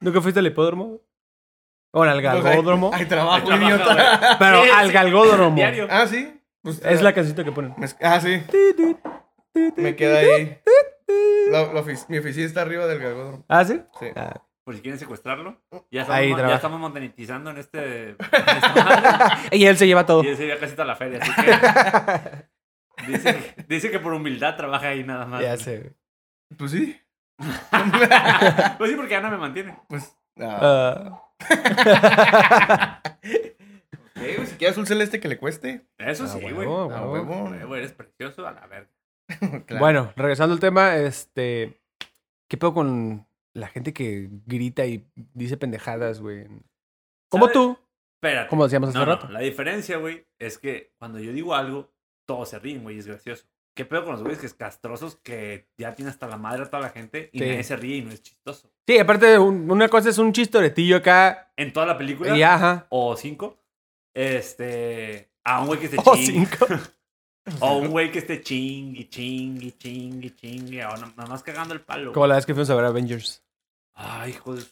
¿Nunca fuiste al hipódromo? Bueno, al Pues hay- galgódromo. Hay trabajo, Hay trabajo, idiota. Pero Sí, al sí. galgódromo. Diario. <laughs> ah, sí. Pues, Es ah, la canción que ponen. me- ah, sí. Me queda ahí. La- la ofic- mi oficina está arriba del galgódromo. ¿Ah, sí? Sí. Ah, Por si quieren secuestrarlo. Ya estamos, Ahí mon- ya trabaja. estamos monetizando en este. desmadre. Y él se lleva todo. y ese día casi está la feria. Así que. <laughs> Dice, dice que por humildad trabaja ahí nada más. Ya sé. güey. Pues sí. <laughs> <laughs> Pues sí, porque Ana me mantiene. Pues. ah. Ah, Eh, güey, si quieres un celeste que le cueste. Eso Ah, sí, güey. huevo, Ah, huevo. huevo. Eh, güey, eres precioso a la verga. Claro. Bueno, regresando al tema, este. ¿Qué pedo con la gente que grita y dice pendejadas, güey? Como ¿Sabe? tú, Espérate. como decíamos hace No, no, rato. la diferencia, güey, es que cuando yo digo algo, todos se ríen, güey, y es gracioso. ¿Qué pedo con los güeyes que es castrosos que ya tiene hasta la madre a toda la gente y Sí. nadie se ríe y no es chistoso? Sí, aparte, un- una cosa es un chistoretillo acá. En toda la película, Y ajá. o cinco, este, a un güey que se <laughs> O chingue, Oh, cinco. o un güey que esté chingue, chingue, chingue, chingue, o na- nada más cagando el palo. Como la vez que fuimos a ver <laughs> Avengers. Ay, hijo de su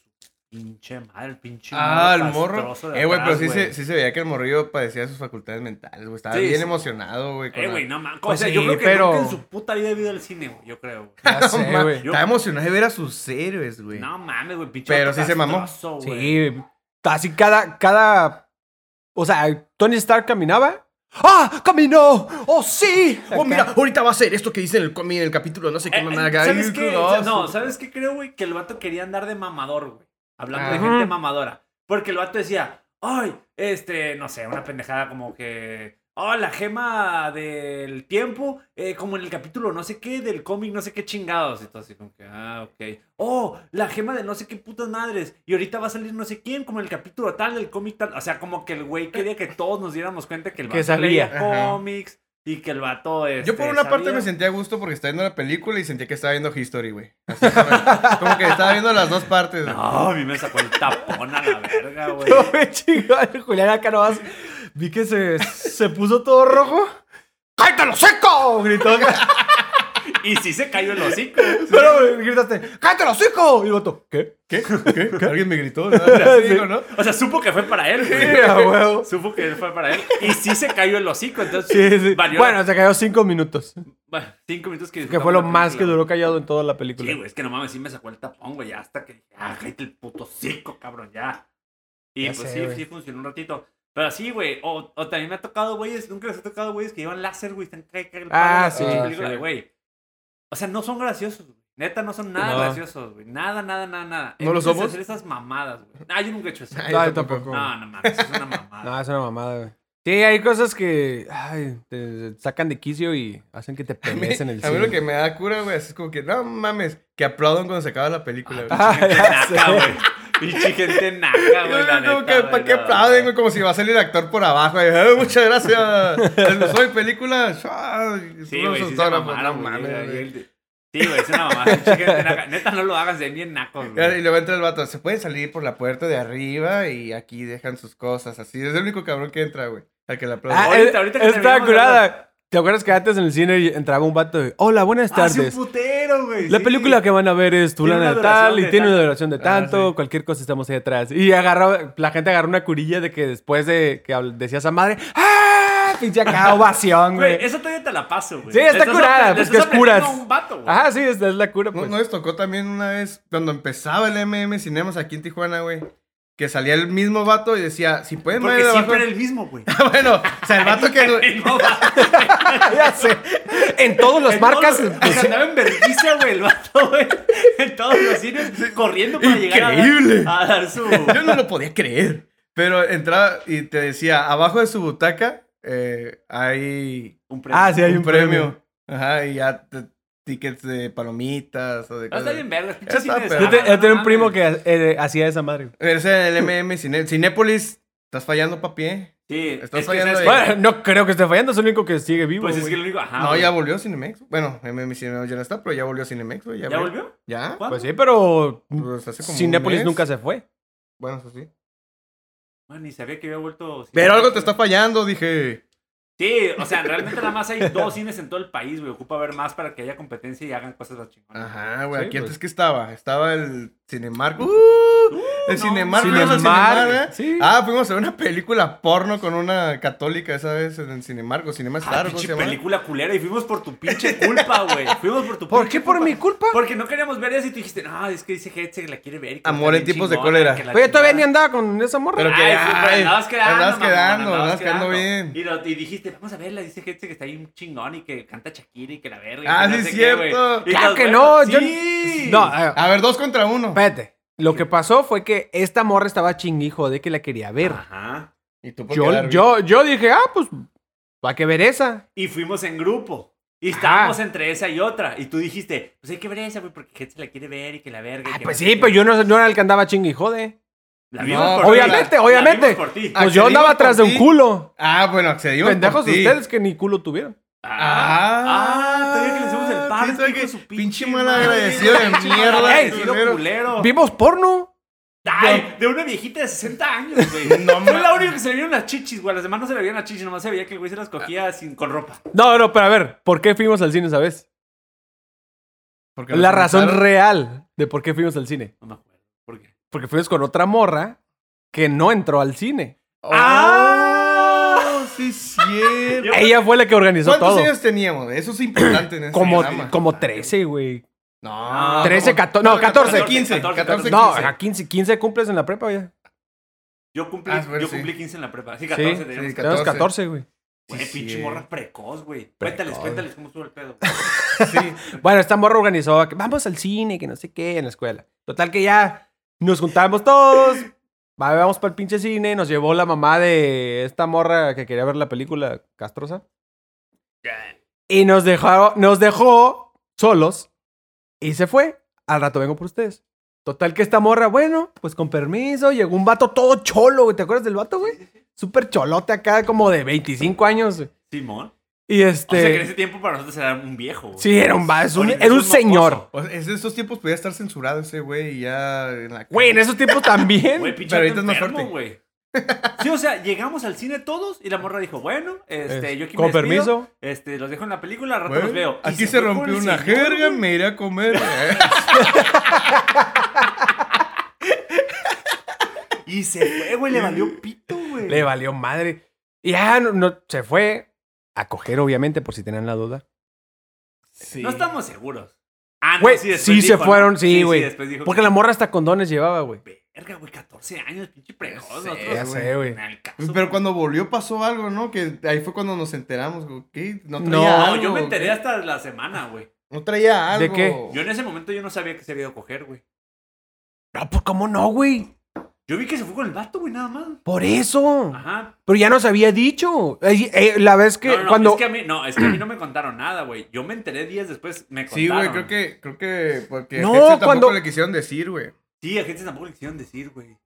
pinche madre, el pinche Ah, el morro morro. castroso de Eh, güey, pero sí atrás, se, sí se veía que el morrillo padecía sus facultades mentales, güey. Estaba Sí, bien sí. emocionado, güey. con Eh, la- güey, no mames. Pues o sea, sí, yo creo que pero- nunca en su puta vida he vivido el cine, güey, yo creo. güey. Ya No sé, ma- güey. Estaba emocionado de ver a sus héroes, güey. No mames, güey, pinche. Pero vato sí se mamó. castroso, güey. Sí, así cada, cada. O sea, Tony Stark caminaba. ¡Ah! ¡Caminó! ¡Oh, sí! Oh, mira, Acá. ahorita va a ser esto que dice en el, cómic, en el capítulo, no sé qué Eh, mamada. ¿Sabes Ay, qué? no, No, ¿sabes qué creo, güey? Que el vato quería andar de mamador, güey. Hablando de Ajá. gente mamadora. Porque el vato decía, ay, este, no sé, una pendejada como que. Oh, la gema del tiempo, eh, como en el capítulo no sé qué, del cómic, no sé qué chingados. Y todo así como que, ah, ok. Oh, la gema de no sé qué putas madres. Y ahorita va a salir no sé quién, como en el capítulo tal, del cómic tal. O sea, como que el güey quería que todos nos diéramos cuenta que el Que vato leía sabía. Ajá. cómics y que el vato este, es. Yo por una parte me sentía a gusto porque estaba viendo la película y sentía que estaba viendo History, güey. Así, <laughs> como- Como que estaba viendo las dos partes. <laughs> güey. No, a mí me sacó el tapón a la verga, güey. No, me chingó el Julián acá nomás. Vi que se, se puso todo rojo. ¡Cállate el hocico! Gritó. <laughs> Y sí se cayó el hocico. Pero gritaste, ¡cállate el hocico! Y el vato, ¿qué? ¿Qué? ¿Qué? <laughs> Alguien me gritó, ¿no? Así digo, ¿no? O sea, supo que fue para él, Sí, a güey. huevo. Supo que fue para él. Y sí se cayó el hocico. Entonces, Sí, sí. valió Bueno, se cayó cinco minutos. bueno, cinco minutos Que que disfrutamos fue lo la más que película, duró callado en toda la güey. Sí, película. güey, es que no mames, sí me sacó el tapón, güey. ya Hasta que, ya, cállate el puto hocico, cabrón, ya. Y Ya pues sé, sí, güey. sí funcionó un ratito. Pero sí, güey. O, o también me ha tocado, güeyes. Nunca les ha tocado, güeyes, que llevan láser, güey. Están ca- ca- el palo Ah, en la sí, pinche sí. película, güey. O sea, no son graciosos, güey. Neta, no son nada No. graciosos, güey. Nada, nada, nada, nada. ¿No lo Empiezas a somos? hacer esas mamadas, güey. Ah, yo nunca he hecho <laughs> eso. Ay, No, yo yo tampoco. tampoco. No, no mames, es una mamada. No, es una mamada, güey. Sí, hay cosas que ay, te sacan de quicio y hacen que te A mí, pelees en el a mí cine. lo que me da cura, güey, es como que, no mames, que aplaudan cuando se acaba la película, <laughs> <laughs> güey. Ah, Gente ya sé. naca, güey. Pinche gente naca, Ah, <laughs> güey. la Como neta, que, güey, ¿Para qué no, aplauden, güey? Como si va a salir el actor por abajo. güey. "Eh, muchas gracias. Les <laughs> gustó mi película. Sí, güey, sí se autógrafos. mamaron, No güey, mames, güey. güey. Sí, güey, es una <laughs> mamada. Pinche gente naca. Neta, no lo hagas de bien naco, Y güey. luego entra el vato. Se pueden salir por la puerta de arriba y aquí dejan sus cosas. Así es el único cabrón que entra, güey. Al que le aplaude. Ah, Ahorita- eh, ahorita que estaba terminamos de curada. ¿Te acuerdas que antes en el cine entraba un vato de, hola, buenas Hace Ah, un tardes? putero, güey. La sí. película que van a ver es Tiene una Tulana de duración tal de y tiene una tanto. duración de Ah, tanto, sí. cualquier cosa estamos ahí atrás. Y agarró, la gente agarró una curilla de que después de que habl- decía esa madre, ¡ah! Pinche acá ovación, Güey, güey. esa todavía te la paso, güey. Sí, está Le estás curada, apre- le pues, estás que es curas. aprendiendo a un vato, güey. Ajá, sí, es, es la cura, <laughs> ¿No, pues. no les tocó también una vez cuando empezaba el MM Cinemas aquí en Tijuana, güey? Que salía el mismo vato y decía, si pueden Porque ver de abajo- siempre era el mismo, <laughs> güey. <laughs> bueno, o sea, el vato <laughs> que... El mismo vato. Ah, Ya sé. En todas las En marcas. todos los- pues, andaba en vergüenza, güey, el vato, güey. En todos los cines, corriendo para llegar a dar- Increíble. a dar su... Yo no lo podía creer. Pero entraba y te decía, abajo de su butaca eh, hay Un premio. ah, sí, hay un, un, premio. Ajá, y ya te- tickets de palomitas o de Ah, cosas. está bien verga. pinche Está cine de perro. Yo, te- sábado, yo tenía no un primo mames. que eh, hacía esa madre. güey. Ese era el MM Cine- Cinépolis. Estás fallando, papi. eh? Sí, Estás es que, fallando ¿sabes ahí. cuál? Bueno, no creo que esté fallando, es el único que sigue vivo. <laughs> Pues es güey. que lo único... Ajá, no, güey. ya volvió Cinemex. Bueno, MM Cinemex ya no está, pero ya volvió Cinemex, güey. ¿Ya abrió. volvió? ¿Ya? ¿Cuándo? Pues sí, pero. Pues hace como un Cinépolis mes. nunca se fue. Bueno, eso sí. Man, ni sabía que había vuelto... Pero algo te está fallando, dije. <laughs> Sí, o sea, realmente nada más hay dos cines en todo el país, güey. Ocupa ver más para que haya Ah, competencia y hagan cosas más chingonas. Ajá, güey. Sí, aquí pues. Uh, antes que estaba. Estaba el Cinemark. El Cinemar, fuimos al Cinemar, Cinemar, ¿eh? sí. Ah, fuimos a ver una película porno con una católica esa vez en el Cinemargo. Cinema Ah, Star, ¿cómo se pinche llama? película culera y fuimos por tu pinche culpa, güey. Fuimos por tu ¿Por pinche qué por mi culpa? Porque no queríamos ver eso y tú dijiste, no, es que dice Hetze que la quiere ver. y que Amor está en bien tiempos de chingona, cólera. que la Oye, todavía ni chingada". andaba con esa morra. Pero que- Ay, Ay, sí, pero andabas andabas quedando, mamona, quedando, andabas andabas quedando bien. Y, lo- y dijiste, vamos a verla, dice gente que está ahí un chingón y que canta Shakira y que la verga. y Ah, que sí, sé qué, cierto. güey. Y Claro nos que no, vemos. yo- Sí. No, eh, A ver, dos contra uno. espérate. Lo que pasó fue que esta morra estaba chinguijo de que la quería ver. Ah, Ajá. Y tú por Yo, quedar yo, yo dije, ah, pues, ¿para qué ver esa? Y fuimos en grupo. Y Ajá. estábamos entre esa y otra. Y tú dijiste, pues hay que ver esa, güey, porque gente la quiere ver y que la verga. y Ah, que pues no sí, sé pero qué". yo no, no era el que andaba chinguijode. La vimos No, por ti. obviamente, La- la obviamente. vimos por ti. Pues yo Accedimos andaba atrás de por un ti. culo. Ah, bueno, accedimos. Pendejos por ti. ustedes que ni culo tuvieron. Ah, Ah, todavía que le hicimos el paro, sí, todavía hijo de que- su pinche malagradecido de <laughs> Pinche mierda, malagradecido culero. culero. Vimos porno. Ay, de una viejita de 60 años, <laughs> güey. No Fue la mames. única que se le vieron las chichis, güey. Las demás no se le vieron las chichis, nomás se veía que el güey se las cogía sin, con ropa. No, no, pero a ver, ¿por qué fuimos al cine esa vez? Porque La nos razón invitaron. real de por qué fuimos al cine. No me acuerdo. ¿Por qué? Porque fuimos con otra morra que no entró al cine. Oh, ¡Ah! Sí, es cierto. Ella fue la que organizó ¿Cuántos todo. años teníamos? Eso es importante en este Como, programa. como 13, güey. Ah, No, 13, como- 14, no, 14, 15, 14, No, 15. a 15, 15 cumples en la prepa, ya. Yo cumplí, Ah, bueno, yo sí. cumplí 15 en la prepa. Sí, 14 teníamos. sí, que- Tenemos 14. 14, güey. Güey, sí, pinche sí. morra precoz, güey. Cuéntales, Precoz. cuéntales cómo estuvo <laughs> el pedo. Sí. Bueno, esta morra organizó que vamos al cine, que no sé qué, en la escuela. Total que ya nos juntamos todos. va, Vamos para el pinche cine. Nos llevó la mamá de esta morra que quería ver la película Castrosa. Y nos dejó, nos dejó solos. Y se fue. Al rato vengo por ustedes. Total que esta morra, bueno, pues con permiso. Llegó un vato todo cholo, güey. ¿Te acuerdas del vato, güey? Súper cholote acá, como de 25 años. güey. Simón. Y O sea, que en ese este... tiempo para nosotros era un viejo. güey. Sí, era un, va- es un- Ahorita era un es mocoso. señor. O sea, en esos tiempos podía estar censurado ese güey y ya en la Güey, en esos tiempos también. Güey, pinche Pero ahorita vato es más <laughs> fuerte. enfermo, güey. Sí, o sea, llegamos al cine todos y la morra dijo, bueno, este, Es- yo aquí me con despido, permiso. Este, los dejo en la película, al rato Güey, los veo. Y Aquí se, fue con rompió el una señor, jerga, güey. me iré a <laughs> comer. Y se fue, güey, le valió pito, güey. Le valió madre. Y ya no, no- se fue a coger, obviamente, por si tenían la duda. Sí. No estamos seguros. Ah, no, Güey, después sí se ¿no? fueron, sí, güey. después dijo Porque que- la morra hasta condones llevaba, güey. Verga, güey, 14 años, pinche precoz. sé, nosotros, Ya güey. sé, güey. en el caso, Pero cuando volvió pasó algo, ¿no? Que ahí fue cuando nos enteramos. güey, ¿Qué? No traía No, No, algo. yo me enteré hasta la semana, güey. No traía ¿De algo. qué? Yo en ese momento yo no sabía que se había ido a coger, güey. No, pues cómo no, güey. Yo vi que se fue con el vato, güey, nada más. Por eso. Ajá, Pero ya nos había dicho. Eh, eh, la vez que Ah. No, no, no, cuando. es que a mí, no, es que a mí no me contaron nada, güey. Yo me enteré días después, me contaron. Sí, güey, creo que, creo que porque No, a Hetzel tampoco cuando- le quisieron decir, güey. Sí, a gente tampoco le quisieron decir, güey.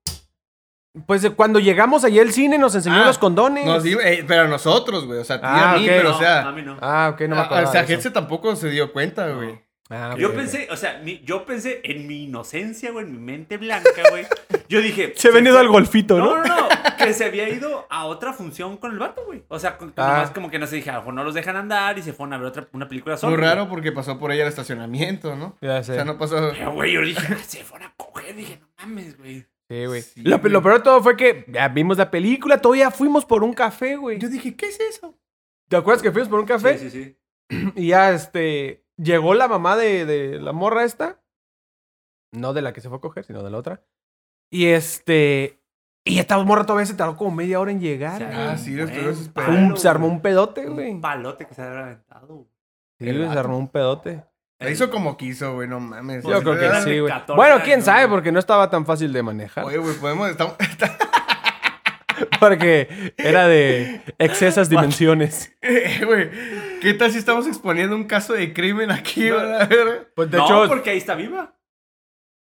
Pues eh, cuando llegamos allá al cine nos enseñó Ah, los condones. Nos dio- eh, pero a nosotros, güey. O sea, a ti y Ah, a mí, ok. pero no, o sea. a mí no. Ah, ok, no me a- acuerdo. o sea, Hetzel tampoco se dio cuenta, güey. Ah, yo pensé, o sea, mi- yo pensé en mi inocencia, güey, en mi mente blanca, güey. Yo <laughs> dije. Se ha venido fue- al golfito, ¿no? No, no, no, que se había ido a otra función con el vato, güey. O sea, con, Ah. nomás como que no se dije, a lo mejor no los dejan andar y se fueron a ver otra, una película sola. Muy güey. raro porque pasó por ella el estacionamiento, ¿no? Ya O sé. sea, no pasó. Pero, güey, yo <laughs> dije, ah, se fueron a coger. Dije, no mames, güey. Sí, güey. Sí, lo, güey. lo peor de todo fue que ya vimos la película, todavía fuimos por un café, güey. Yo dije, ¿qué es eso? ¿Te acuerdas que fuimos por un café? Sí, sí, sí. Y ya, este, llegó la mamá de, de la morra esta. No de la que se fue a coger, sino de la otra. Y este, y esta morra todavía se tardó como media hora en llegar. Se güey. Ah, sí, armó estuve un desesperado, Pum, palo, se armó güey. un pedote, güey. Un palote que se había aventado, güey. Sí, el güey, se vato. armó un pedote. La hizo como quiso, güey, no mames. Eh. Yo Pues, creo que eran sí, de güey. 14 Bueno, quién años, sabe, güey. porque no estaba tan fácil de manejar. Oye, güey, podemos. Estamos, <laughs> <laughs> Porque era <laughs> de excesas dimensiones. Eh, güey, ¿qué tal si estamos exponiendo un caso de crimen aquí, No. güey? A ver, Pues de no, hecho, porque ahí está viva.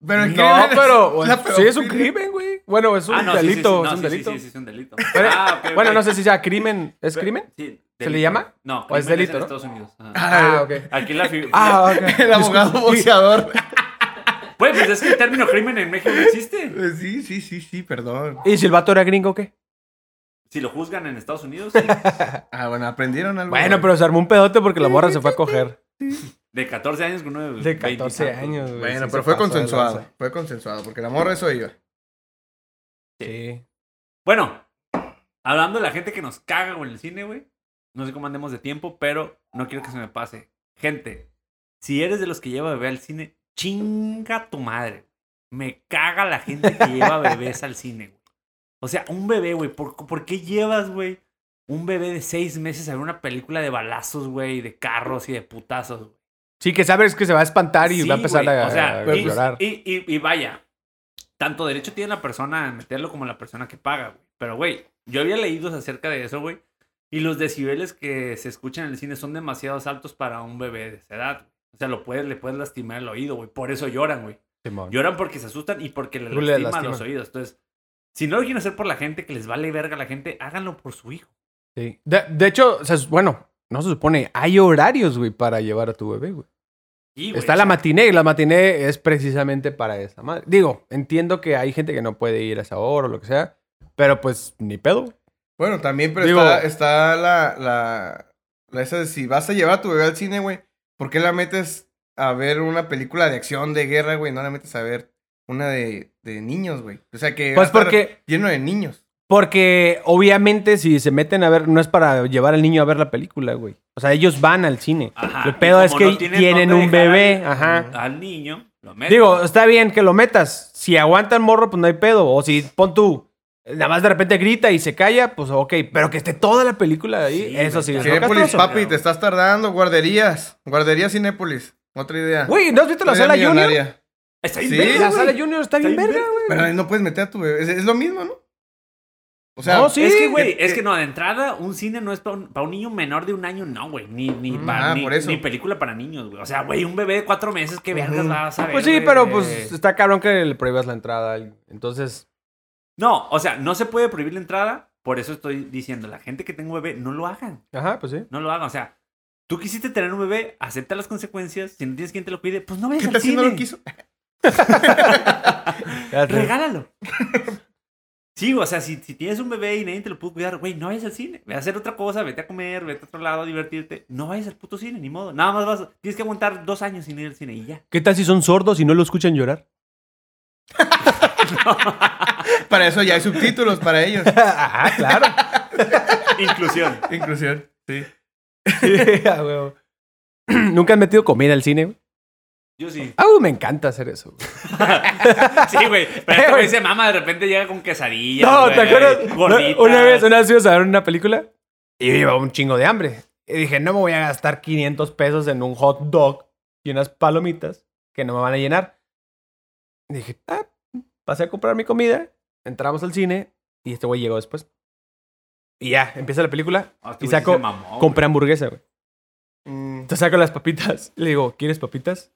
Pero no, el crimen es pero <laughs> <laughs> la sí es un pedofilia. crimen, güey. Bueno, es un Ah, no, sí, sí, delito, sí, no, es un sí, sí, delito. Sí, sí, es un delito. Pero- Ah, ok, <laughs> ok. Bueno, no sé si sea crimen. ¿Es Pero- crimen? ¿Se sí, delito. le llama? No, ¿O es crimen delito, en no? Estados Unidos. Ajá. Ah, Ah, ok. Aquí la fi- <laughs> Ah, ok. El abogado Disculpa. boxeador. <laughs> Güey, pues es que el término crimen en México no existe. Eh, Sí, sí, sí, sí, perdón. ¿Y si el vato era gringo o qué? Si lo juzgan en Estados <laughs> Unidos, sí. Ah, bueno, aprendieron algo. Bueno, güey. pero se armó un pedote porque la morra se fue a coger. de 14 años con uno De 14 años, güey. Bueno, Sí, se pero pasó fue de consensuado. lanza. Fue consensuado, porque la morra eso iba. Sí. Bueno, hablando de la gente que nos caga con el cine, güey. No sé cómo andemos de tiempo, pero no quiero que se me pase. Gente, si eres de los que lleva bebé al cine, chinga tu madre. Me caga la gente que lleva bebés al cine, güey. O sea, un bebé, güey. ¿por, por qué llevas, güey, un bebé de seis meses a ver una película de balazos, güey, de carros y de putazos, güey? Sí, que sabes que se va a espantar y Sí, va a empezar güey, a, o sea, a y, llorar. y- y- y vaya, tanto derecho tiene la persona a meterlo como la persona que paga, güey. Pero, güey, yo había leído acerca de eso, güey. Y los decibeles que se escuchan en el cine son demasiados altos para un bebé de esa edad. güey. O sea, lo puedes, le puedes lastimar el oído, güey. Por eso lloran, güey. Simón. Lloran porque se asustan y porque le Tú lastiman le los lastimas. oídos. Entonces, si no lo quieren hacer por la gente, que les vale verga la gente, háganlo por su hijo. Sí. De, de hecho, o sea, es- bueno, no se supone. Hay horarios, güey, para llevar a tu bebé, güey. Y, güey, Está la matiné y la matiné es precisamente para esa madre. Digo, entiendo que hay gente que no puede ir a esa hora o lo que sea, pero pues ni pedo. Bueno, también, pero Digo- está, está la, la, la esa de si vas a llevar a tu bebé al cine, güey, ¿por qué la metes a ver una película de acción, de guerra, güey? No la metes a ver una de, de niños, güey. O sea que... va a Pues estar porque, Lleno de niños. porque obviamente si se meten a ver, no es para llevar al niño a ver la película, güey. O sea, ellos van al cine. Ajá, El y pedo es como que no tienen tienen dónde un dejar bebé, al- ajá. Al niño, lo meten. Digo, está bien que lo metas. Si aguanta el morro, pues no hay pedo. O si pon tú, nada más de repente grita y se calla, pues ok. Pero que esté toda la película ahí, Sí, eso güey, sí. ya. es lo Cinépolis, castroso. papi, pero- te estás tardando. Guarderías. Guarderías Cinépolis. Otra idea. Güey, ¿no has visto la Otra idea sala Junior? millonaria. Está bien Sí, verga, La güey. sala Junior está bien Está bien verga, verga. güey. Pero ahí no puedes meter a tu bebé. Es, es lo mismo, ¿no? O sea, No, sí. es que, güey, que- es que no, de entrada, un cine no es para un, pa' un niño menor de un año, no, güey. Ni, ni, Mm, pa- ah, ni, por eso. ni película para niños, güey. O sea, güey, un bebé de cuatro meses, ¿qué vergas Ujú. vas a ver? Pues sí, güey? pero pues está cabrón que le prohíbas la entrada. a alguien. Entonces, No, o sea, no se puede prohibir la entrada. Por eso estoy diciendo, la gente que tenga un bebé, no lo hagan. ajá, pues sí. No lo hagan. O sea, tú quisiste tener un bebé, acepta las consecuencias. Si no tienes quien te lo cuide, pues no vayas ¿Qué tal al si no cine. lo quiso? <laughs> Ya sé. Regálalo. <laughs> Sí, güey, o sea, si, si tienes un bebé y nadie te lo pudo cuidar, güey, no vayas al cine. Ve a hacer otra cosa, vete a comer, vete a otro lado a divertirte. No vayas al puto cine, ni modo. Nada más vas, tienes que aguantar dos años sin ir al cine y ya. ¿Qué tal si son sordos y no lo escuchan llorar? Para eso ya hay subtítulos para ellos. <laughs> ah, <laughs> claro. <laughs> Inclusión. Inclusión. Sí. Sí, a huevo. ¿Nunca han metido comida al cine? güey? Yo sí. Ah, güey, me encanta hacer eso. güey. Sí, güey. <laughs> Pero Eh, este güey. güey se mama, de repente llega con quesadillas. No, ¿te güey, acuerdas? gorditas. No, Una vez, una vez fuimos a ver una película y yo llevaba un chingo de hambre. Y dije, no me voy a gastar 500 pesos en un hot dog y unas palomitas que no me van a llenar. Y dije, ah, pasé a comprar mi comida, entramos al cine y este güey llegó después. Y ya, empieza la película, Ah, este y güey sí saco- se mamó, compré hamburguesa, güey. Mm. Te saco las papitas. <laughs> Le digo, ¿quieres papitas?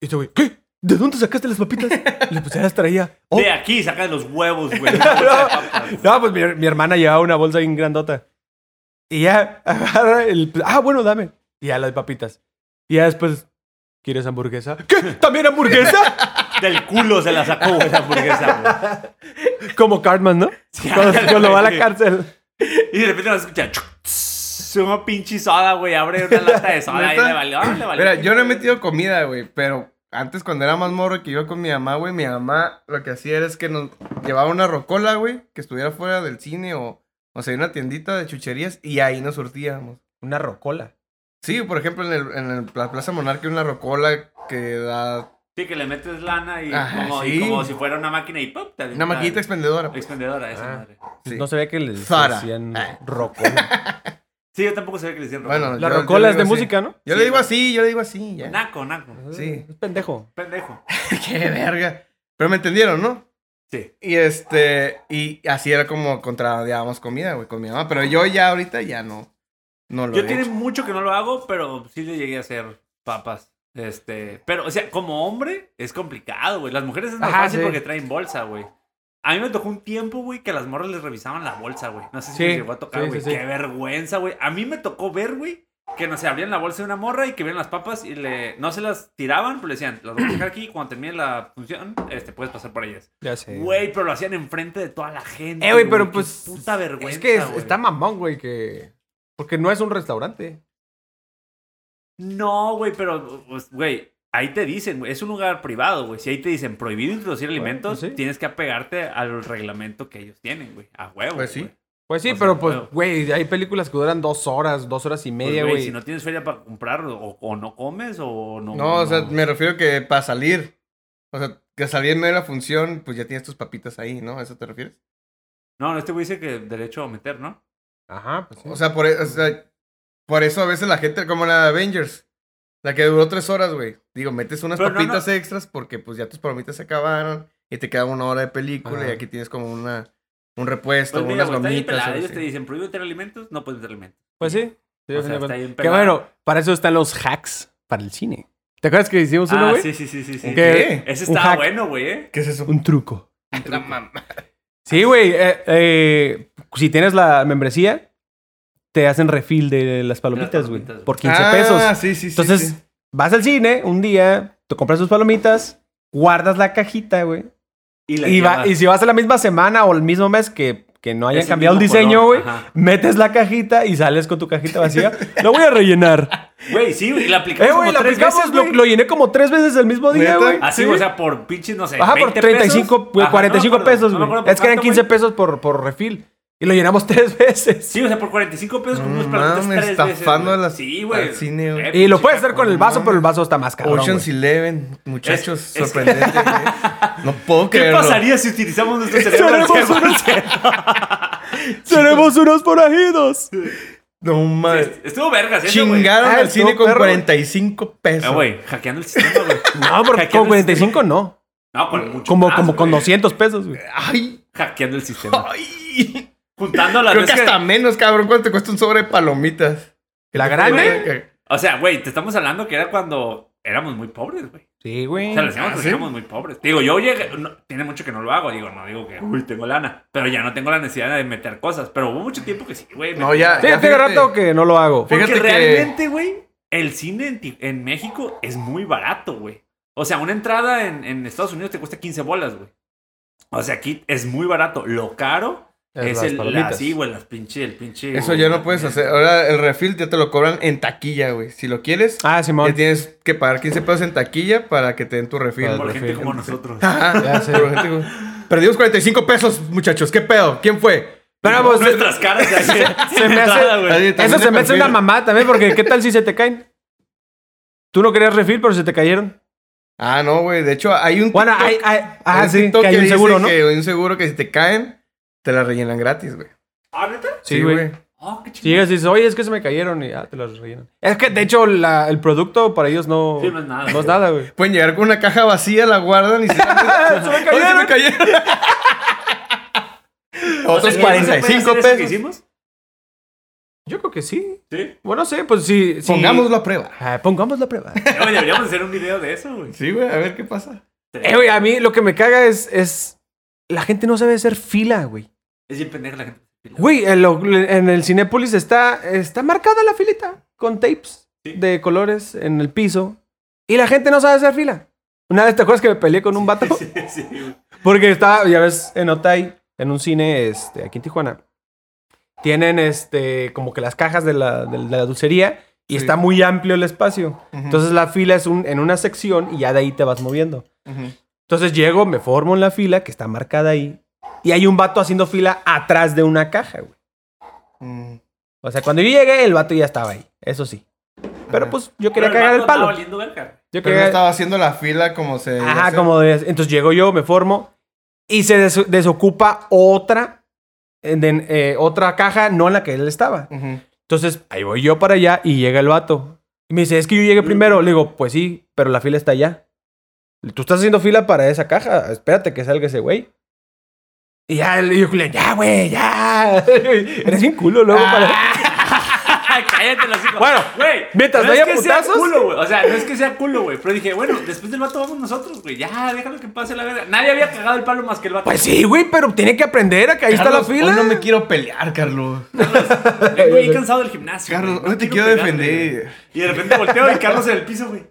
Y este güey, ¿qué? ¿De dónde sacaste las papitas? <laughs> Y le puse, las traía. "Oh, güey. De aquí, saca de los huevos, güey. <laughs> No, pues mi, mi hermana llevaba una bolsa bien grandota. Y ya <laughs> agarra el. Ah, bueno, dame. Y ya las papitas. Y ya después. ¿Quieres hamburguesa? ¿Qué? ¿También hamburguesa? Del culo se la sacó, güey, la hamburguesa, güey. <laughs> Como Cartman, ¿no? Sí, Cuando, cuando va a <laughs> la sí. cárcel. Y de repente nos escucha. chuc, tss, Una pinche soda, güey. Abre una lata de soda y ¿Neta? le valió. ah, le valió. Mira, yo no he metido comida, güey, pero antes cuando era más morro que iba con mi mamá, güey, mi mamá lo que hacía era es que nos llevaba una rocola, güey, que estuviera fuera del cine o, o sea, una tiendita de chucherías y ahí nos surtíamos. Una rocola. Sí, por ejemplo, en, el, en el- la Plaza Monarca hay una rocola que da Sí, que le metes lana y, Ajá, como, y sí. como si fuera una máquina y ¡pum! te avienta una maquinita expendedora. pues. expendedora. Esa Ah. madre. Sí. No se ve que les Zara. decían Ah. rocola. Sí, yo tampoco sabía que le decían ropa. Bueno, La Yo- yo rocola le es de digo así. música, ¿no? Yo Sí. le digo así, yo le digo así, ya. Naco, naco. Sí. Es pendejo. Pendejo. <laughs> Qué verga. Pero me entendieron, ¿no? Sí. Y este, y así era como contrabandeábamos comida, güey, con mi mamá. Pero yo ya ahorita ya no, no lo Yo he tiene hecho. mucho que no lo hago, pero sí le llegué a hacer papas. Este, pero, o sea, como hombre es complicado, güey. Las mujeres es más Ajá, fácil sí. porque traen bolsa, güey. A mí me tocó un tiempo, güey, que a las morras les revisaban la bolsa, güey. No sé si Sí, les llegó a tocar, sí, güey. sí, sí. Qué vergüenza, güey. A mí me tocó ver, güey, que no se abrían la bolsa de una morra y que vieron las papas y le, no se las tiraban, pero le decían, las voy a dejar aquí y cuando termine la función, este, puedes pasar por ellas. Ya sé. Güey, pero lo hacían enfrente de toda la gente. Eh, güey, pero Qué pues. Puta vergüenza. Es que es- güey. está mamón, güey, que. Porque no es un restaurante. No, güey, pero, pues, güey, Ahí te dicen, güey, es un lugar privado, güey. Si ahí te dicen prohibido introducir alimentos, pues sí. tienes que apegarte al reglamento que ellos tienen, güey. A huevo. Pues sí. güey. Pues sí, O sea, pero pues, pero- güey, hay películas que duran dos horas, dos horas y Pues, media, güey, güey. si no tienes feria para comprar, o, o no comes, o no. No, o sea, me refiero que para salir. O sea, que salir en medio de la función, pues ya tienes tus papitas ahí, ¿no? ¿A eso te refieres? No, no, este güey dice que derecho a meter, ¿no? Ajá, pues sí. O sea, por, e- o sea, por eso a veces la gente, como la de Avengers, la que duró tres horas, güey. Digo, metes unas Pero no, papitas extras porque pues ya tus palomitas se acabaron y te queda una hora de película Ajá. y aquí tienes como una un repuesto, Pues mira, unas güey, está bien gomitas. pelada. algo Ellos te así. dicen prohibido meter alimentos, no puedes meter alimentos. pues sí. sí, O a sea, fin de está cuentas. bien que pelado. bueno, para eso están los hacks para el cine. ¿Te acuerdas que hicimos uno, ah, güey? sí, sí, sí, sí. sí. Que- ¿Qué? Ese Un estaba hack. bueno, güey, ¿eh? ¿Qué es eso? Un truco. La mamá. Sí, güey. eh, eh, si tienes la membresía, te hacen refil de las palomitas, güey. palomitas, güey. Por 15 pesos. Ah, sí, sí, sí. Entonces, sí. vas al cine un día, te compras tus palomitas, guardas la cajita, güey. la Y, va- llevas. y si vas a la misma semana o el mismo mes que, que no hayan Ese cambiado el mismo diseño, color, güey, ajá. metes la cajita y sales con tu cajita vacía. la voy a <laughs> rellenar. Güey, sí, güey. La aplicamos eh, güey, como la tres aplicamos. veces, lo, güey. lo llené como tres veces el mismo día, ¿Neta? güey. Así, Sí. o sea, por pinches, no sé. Ajá, por 20 pesos. 35, güey, Ajá, no me 45 acuerdo, pesos, no güey. me acuerdo por es que eran cuánto, 15 güey. pesos por, por refil. Y lo llenamos <laughs> tres veces. Sí, o sea, por 45 pesos No con unos palomitas mames, tres estafando veces. a güey. las- Sí, güey. al cine, güey. Eh, Y lo pinche puedes hacer con el vaso, no pero el vaso está más caro. Ocean's Eleven, muchachos, Es- es- sorprendente. güey. <laughs> no puedo ¿Qué creerlo. pasaría si utilizamos nuestro cerebro? al Seremos 100%? unos... <laughs> Seremos unos <laughs> forajidos. No mames. Estuvo vergas, eso, güey. Chingaron Ah, al estuvo cine con perro, güey. 45 pesos. Ah, güey, hackeando el sistema, güey. No, porque Hackeando con el 45 no. sistema. No, con mucho Como, más, como con güey. 200 pesos, güey. Ay, Hackeando <laughs> el sistema. ay. Juntando las Creo que veces que- hasta menos, cabrón. ¿Cuánto te cuesta un sobre de palomitas? ¿La grande? Que- O sea, güey, te estamos hablando que era cuando éramos muy pobres, güey. Sí, güey. O sea, lo hacíamos Ah, porque ¿sí? éramos muy pobres. Digo, yo llegué. no, tiene mucho que no lo hago. Digo, no digo que, uy, tengo lana. Pero ya no tengo la necesidad de meter cosas. Pero hubo mucho tiempo que sí, güey. No, metí- ya. Sí, ya tiene rato que no lo hago. Fíjate Porque que- realmente, güey, el cine en, ti- en México es muy barato, güey. O sea, una entrada en, en Estados Unidos te cuesta 15 bolas, güey. O sea, aquí es muy barato. Lo caro es, el. La, sí, güey, las pinche, el pinche. Eso ya no puedes hacer. Ahora el refil ya te lo cobran en taquilla, güey. Si lo quieres, Ah, ya Simón. tienes que pagar 15 pesos en taquilla para que te den tu refil. Para el Por gente refil. <laughs> como nosotros. Ajá. Ya sé. Por gente, güey. Perdimos 45 pesos, muchachos. ¿Qué pedo? ¿Quién fue? Pero pues, Nuestras <laughs> caras de ahí se me hace- entrada, güey. Así, también eso de se me hace perfil. una mamá también, porque ¿qué tal si se te caen? Tú no querías refil, pero se te cayeron. Ah, no, güey. De hecho, hay un. Bueno, TikTok- hay, hay, ah, un sí, TikTok que hay un dice seguro, ¿no? Que hay un seguro que si te caen, te la rellenan gratis, güey. ¿Ah, neta? Sí, güey. Oh, qué Si chido. llegas y dices, oye, es que se me cayeron y ah, te los rellenan. Es que, de hecho, la- el producto para ellos no, Sí, no es nada. no es nada, güey. Pueden llegar con una caja vacía, la guardan y <laughs> se se me ¡Ay, se me cayeron. cayeron! O Otros sea, ¿no se puede 45 hacer eso que pesos. hicimos? Yo creo que sí. Sí. Bueno, no sé, pues sí. sí. Pongámoslo a prueba. Ah, pongamos la prueba. <laughs> Oye, Eh, deberíamos hacer un video de eso, güey. Sí, güey, a ver qué pasa. eh, güey, a mí lo que me caga es, es. La gente no sabe hacer fila, güey. Es bien pendeja la gente. Güey, en, lo- en el Cinépolis está, está marcada la filita con tapes Sí. de colores en el piso. Y la gente no sabe hacer fila. Una vez te acuerdas que me peleé con un vato Sí, <laughs> sí, güey. porque estaba, ya ves, en Otay, en un cine este, aquí en Tijuana. Tienen este como que las cajas de la, de, de la dulcería y Sí. está muy amplio el espacio. Ujú. Entonces la fila es un, en una sección y ya de ahí te vas moviendo. Ujú. Entonces llego, me formo en la fila que está marcada ahí y hay un vato haciendo fila atrás de una caja, güey. Mm. O sea, cuando yo llegué, el vato ya estaba ahí. Eso sí. Pero Ajá. pues yo quería Pero cagar el vato palo. andaba valiendo verga. <laughs> Yo Pero no quería. estaba haciendo la fila como se. debe Ajá, hacer. como de- Entonces llego yo, me formo. Y se des- desocupa otra. en- en, eh, otra caja, no en la que él estaba. Ujú. Entonces ahí voy yo para allá y llega el vato. Y me dice, es que yo llegué primero. Le digo, pues sí, pero la fila está allá. Tú estás haciendo fila para esa caja. Espérate que salga ese güey. Y ya, le digo, Julián, ya, güey, ya. <laughs> Eres bien culo luego Ah, para. Cállate los hijos. Bueno, güey. mientras no es haya que sea putazos. culo, güey. O sea, no es que sea culo, güey. Pero dije, bueno, después del vato vamos nosotros, güey. Ya, déjalo que pase la verga. Nadie había cagado el palo más que el vato. Pues sí, güey, pero tiene que aprender a que ahí está Carlos, la fila. Hoy no me quiero pelear, <laughs> Carlos. Pues, Vengo ahí cansado del gimnasio. Carlos, güey. No hoy te quiero pegarle, defender. güey. Y de repente volteo y Carlos en el <laughs> piso, güey.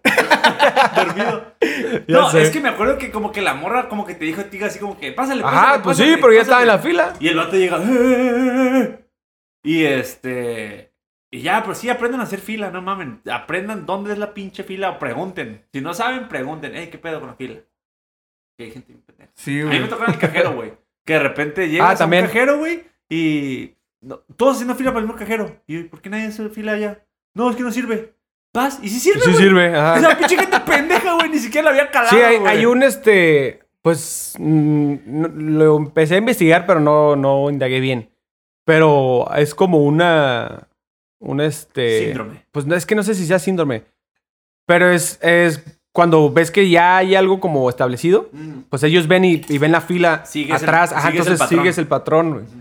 Dormido. No, sé. es que me acuerdo que como que la morra como que te dijo a ti así como que, pásale, pásale. Ajá, pues pásale, sí, pero ya pásale". estaba en la fila. Y el vato llega. "Eh, eh, eh, eh". Y este. Y ya, pero sí, aprendan a hacer fila, no mamen. Aprendan dónde es la pinche fila o pregunten. Si no saben, pregunten. Hey, ¿qué pedo con la fila? Que hay gente bien pendeja. Sí, A mí me güey. tocó en el cajero, güey. Que de repente llega Ah, un también. cajero, güey, y no- todos haciendo fila para el mismo cajero. Y yo, ¿por qué nadie hace fila allá? No, es que no sirve. Vas, y sí sirve, Sí güey. sirve, ajá. <laughs> Esa pinche gente pendeja, güey, ni siquiera la había calado, Sí, hay, güey. hay un este. Pues mm, no- lo empecé a investigar, pero no, no indagué bien. Pero es como una. Un este. Síndrome. Pues no es que no sé si sea síndrome. Pero es, es cuando ves que ya hay algo como establecido. Mm. Pues ellos ven y, y ven la fila Sigues el- atrás. ajá, sigues el entonces patrón. sigues el patrón, güey. Ujú.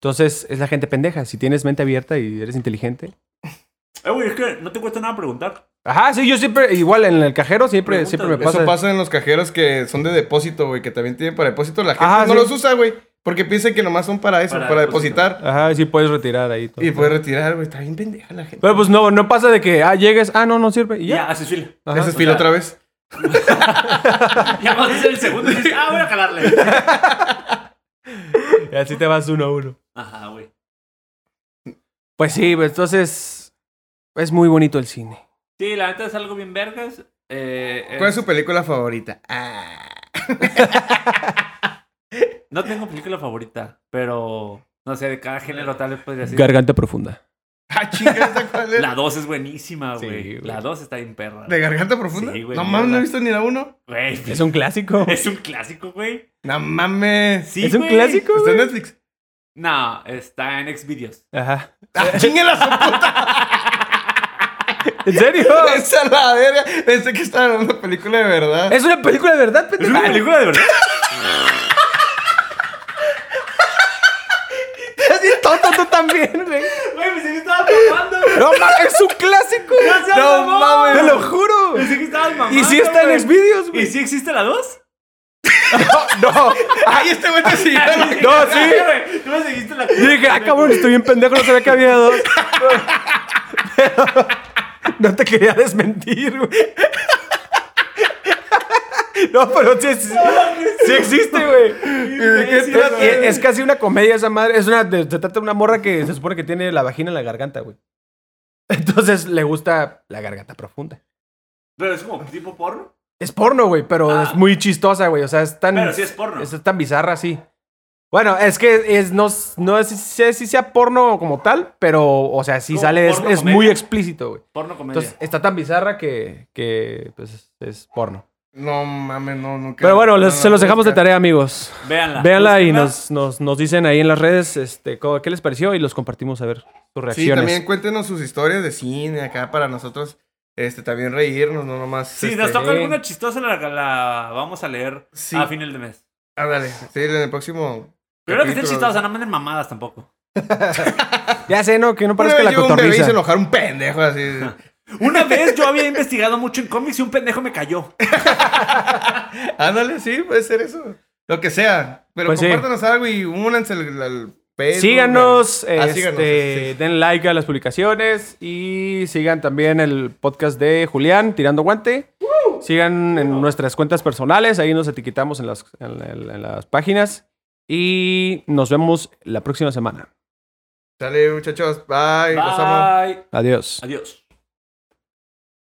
Entonces es la gente pendeja. Si tienes mente abierta y eres inteligente. Eh, güey, es que no te cuesta nada preguntar. Ajá, sí, yo siempre, igual en el cajero siempre, Pregunta, siempre me güey. pasa. Eso pasa en los cajeros que son de depósito, güey, que también tienen para depósito. La gente Ajá, no sí. los usa, güey, porque piensa que nomás son para eso, Para para, depósito. depositar. Ajá, sí puedes retirar ahí. todo. Y puedes retirar, güey. Está bien pendeja la gente. Pero pues no, no pasa de que, ah, llegues, ah, no, no sirve. Y Ya, ya. haces fila. Ajá. Ese es o fila sea- otra vez. <laughs> Ya cuando dices el segundo, dices, ah, voy a <laughs> calarle. Y así te vas uno a uno. Ajá, güey. Pues sí, pues, entonces es muy bonito el cine. Sí, la neta es algo bien vergas. Eh, eh, ¿Cuál es su película favorita? Ah. <laughs> No tengo película favorita, pero no sé, de cada género tal vez podría decir. Garganta profunda. Ah, chinga, ¿esa cuál es? La 2 es buenísima, Sí, güey. güey. la 2 está bien perra. ¿De garganta profunda? Sí, güey, no mames, mira, no he la- visto ni la uno. Güey, es, Es un clásico. un clásico, güey. No mames. <laughs> Sí, es un güey. clásico. ¿Está en güey. Netflix? No, está en Xvideos. Ajá. Ah, chinga la <laughs> su puta. ¿En <laughs> serio? Esa la verga. Pensé que estaba en una película de verdad. es una película de verdad, Es pendejo. una <laughs> película de verdad. Es bien tonto tú también, güey. <laughs> Güey, pensé que estabas mamando. güey. No mames, es un clásico. No seas No mamón. mames. Te lo juro. Pensé que estabas mamando. Y sí está en güey. Xvideos, güey. ¿Y sí existe la 2? No, no. Ay, este güey te siguió. <laughs> <laughs> No, <laughs> sí. güey. Tú me seguiste la Yo dije, ah, cabrón, estoy bien pendejo, no sabía que había dos. Pero- no te quería desmentir, güey. No, pero sí, sí- sí existe, güey. Pero Imbécil, e- Es casi una comedia esa madre. Es una, de- se trata de una morra que se supone que tiene la vagina en la garganta, güey. Entonces le gusta la garganta profunda. Pero es como tipo porno. Es porno, güey, pero Ah. es muy chistosa, güey. O sea, es tan. Pero sí es porno. Es tan bizarra, sí. Bueno, es que es, no, no sé si sea porno como tal, pero, o sea, sí Como sale, es, porno es comedia. muy explícito, güey. Porno comedia. Entonces, está tan bizarra que, que pues, es porno. No mames, no, nunca. Pero bueno, no los- la se los voy a dejamos de buscar. tarea, <laughs> amigos. Véanla. Véanla y Búsquenla. nos, nos, nos dicen ahí en las redes este, co- qué les pareció y los compartimos a ver sus Sí, reacciones. también cuéntenos sus historias de cine acá para nosotros. Este, también reírnos, no nomás. Si este, nos toca sí. alguna chistosa, la, la vamos a leer Sí. a final de mes. Ándale, sí, en el próximo. Pero que esté capítulo. chistosa, no manden mamadas tampoco. Ya sé, ¿no? Que no Una parezca vez la llegó un bebé y se cotorriza. enojar un pendejo así. <laughs> Una vez yo había investigado mucho en cómics y un pendejo me cayó. Ándale, sí, puede ser eso. Lo que sea. Pero Pues sí. compártanos algo y únanse al, al Facebook, Síganos, al- Ah, este, síganos, sí, sí. den like a las publicaciones y sigan también el podcast de Julián Tirando Guante. Sigan en nuestras cuentas personales, ahí nos etiquetamos en las, en- en- en las páginas y nos vemos la próxima semana. Sale, muchachos. Bye. Los amo. Bye. Adiós. Adiós.